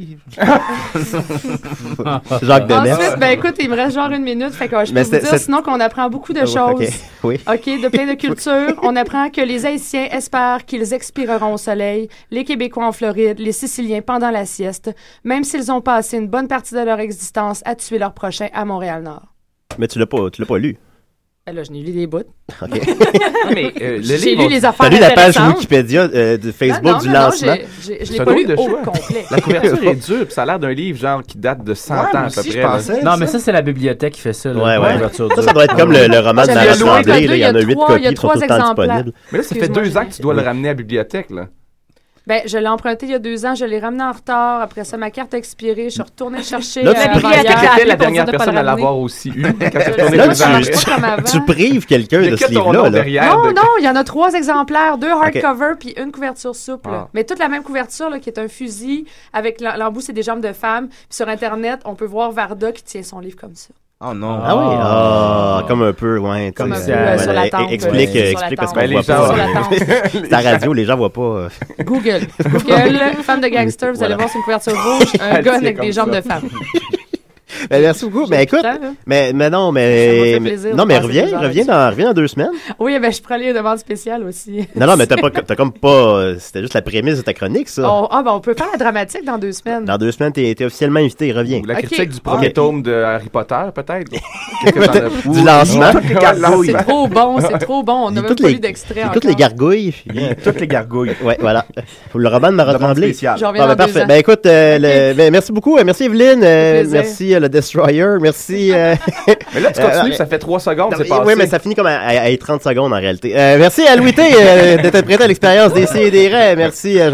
D: Jacques Demers.
G: Ensuite, ben écoute, il me reste genre une minute, fait que je peux
D: Mais
G: vous
D: c'est-
G: dire,
D: c'est-
G: sinon qu'on apprend beaucoup de
D: Ah,
G: choses.
D: ok. Oui.
G: OK, de plein de cultures. On apprend que les Haïtiens espèrent qu'ils expireront au soleil, les Québécois en Floride, les Siciliens pendant la sieste, même s'ils ont passé une bonne partie de leur existence à tuer leurs prochains à Montréal-Nord.
D: Mais tu l'as pas, tu l'as pas lu.
G: Ben Là, je n'ai lu les bouts.
D: Ok.
I: Mais, euh, le
G: J'ai
I: livre,
G: lu
I: on-
G: les affaires
D: T'as lu la page
G: intéressantes.
D: Wikipédia euh, du
G: Non,
D: Facebook
G: non,
D: du
G: non,
D: lancement.
G: j'ai- j'ai- Je
I: C'est
G: l'ai
I: un
G: pas
I: drôle
G: lu
I: de
G: au
I: choix.
G: complet.
I: La couverture est dure, puis ça a l'air d'un livre genre qui date de 100
E: Ouais,
I: ans
E: moi
I: à peu
E: aussi, je
I: près. là.
E: pensais.
J: Non,
E: ça.
J: mais ça, c'est la bibliothèque qui fait ça. Là,
D: Ouais,
J: la
D: ouais.
J: couverture
D: Ça,
J: dure.
D: ça doit être comme le, le roman de
G: J'avais
D: Marie
G: loué un
D: Tremblay.
G: cadeau,
D: là, Il y en a huit
G: trois-
D: copies
G: il y a
D: qui sont
G: trois
D: tout le temps
G: exemplaires.
D: disponibles.
I: Mais là, ça fait
G: Excuse-moi,
I: deux
G: j'ai-
I: ans que tu dois le ramener à la bibliothèque. Là.
G: Ben, je l'ai emprunté il y a deux ans, je l'ai ramené en retard. Après ça, ma carte a expiré, je suis retournée le chercher.
D: Là, tu
G: euh,
D: pries
G: avant-hier.
D: à ta
G: J'ai
H: carte.
I: T'es la
G: appelé pour dire
I: dernière
G: de pas le
I: personne à
G: ramener.
I: l'avoir aussi eu quand tu
G: Je
I: retourné
G: l'ai-
D: Là,
I: deux ans
G: Là,
D: tu,
I: après.
G: c'est pas comme avant.
D: tu prives quelqu'un
I: Il y a
D: de ce
I: que ton nom
D: livre-là. là.
I: derrière.
G: Non,
I: de-
G: non, il y en a trois exemplaires, deux
D: Ok.
G: hardcover puis une couverture souple.
I: Ah.
G: Mais toute la même couverture là, qui est un fusil avec l'em- l'embout c'est des jambes de femme. Puis sur internet, on peut voir Varda qui tient son livre comme ça.
E: Oh non.
D: Ah oui, ah,
J: Ah.
D: comme un peu, ouais. tu
G: Comme
D: sais,
G: un peu
J: euh,
D: voilà,
G: sur la
D: e-
G: tempe,
D: Explique,
G: ouais.
D: euh,
G: Sur la
D: explique parce
G: tempe.
H: Ben,
D: qu'on voit
G: Sur la
D: pas.
G: tempe.
D: C'est la radio, les gens voient pas. euh,
G: Google. Google, femme de gangster, vous
D: Voilà.
G: allez voir, c'est une couverture rouge,
I: Elle
G: un gun
I: tient
G: avec des
I: comme
G: jambes
I: ça.
G: de femme.
D: Ben, merci beaucoup. Mais écoute,
G: temps, là.
D: mais, mais non,
G: Ça m'a
D: mais,
G: fait plaisir
D: mais-
G: de
D: non, mais
G: passer
D: reviens,
G: des heures
D: reviens dans, reviens dans deux semaines.
G: Oui, ben, je prends les demandes spéciales aussi.
D: Non, non, mais t'as pas, t'as comme pas, euh, c'était juste la prémisse de ta chronique, ça.
G: On- ah, ben, on peut faire la dramatique dans deux semaines.
D: Dans deux semaines, t'es, t'es officiellement invité, reviens.
G: la Ok. critique du premier
D: tome
I: de Harry Potter, peut-être.
D: Peut-être. Du lancement.
G: Ah, C'est trop bon, c'est trop bon. On
D: Lis
G: n'a même
D: toutes
G: pas
D: les-
G: eu d'extrait
D: lis
G: encore.
D: toutes les gargouilles. toutes les gargouilles. Ouais, voilà. Le roman de Marat Tremblay.
G: spécial. Je reviens
D: Bon, ben,
G: dans deux
D: parfait.
G: ans.
D: Ben, écoute, euh, le- ben, merci beaucoup. Euh, Merci, Evelyne. Euh,
I: plaisir.
D: merci, euh, le Destroyer. Merci. euh,
I: Mais là, tu continues, puis ça fait trois secondes, c'est passé.
D: Oui, Euh, mais ça finit comme à, à- à 30 secondes en réalité. Euh, merci à Louis T euh, d'être prêté à l'expérience des CDR. Merci, euh, Jean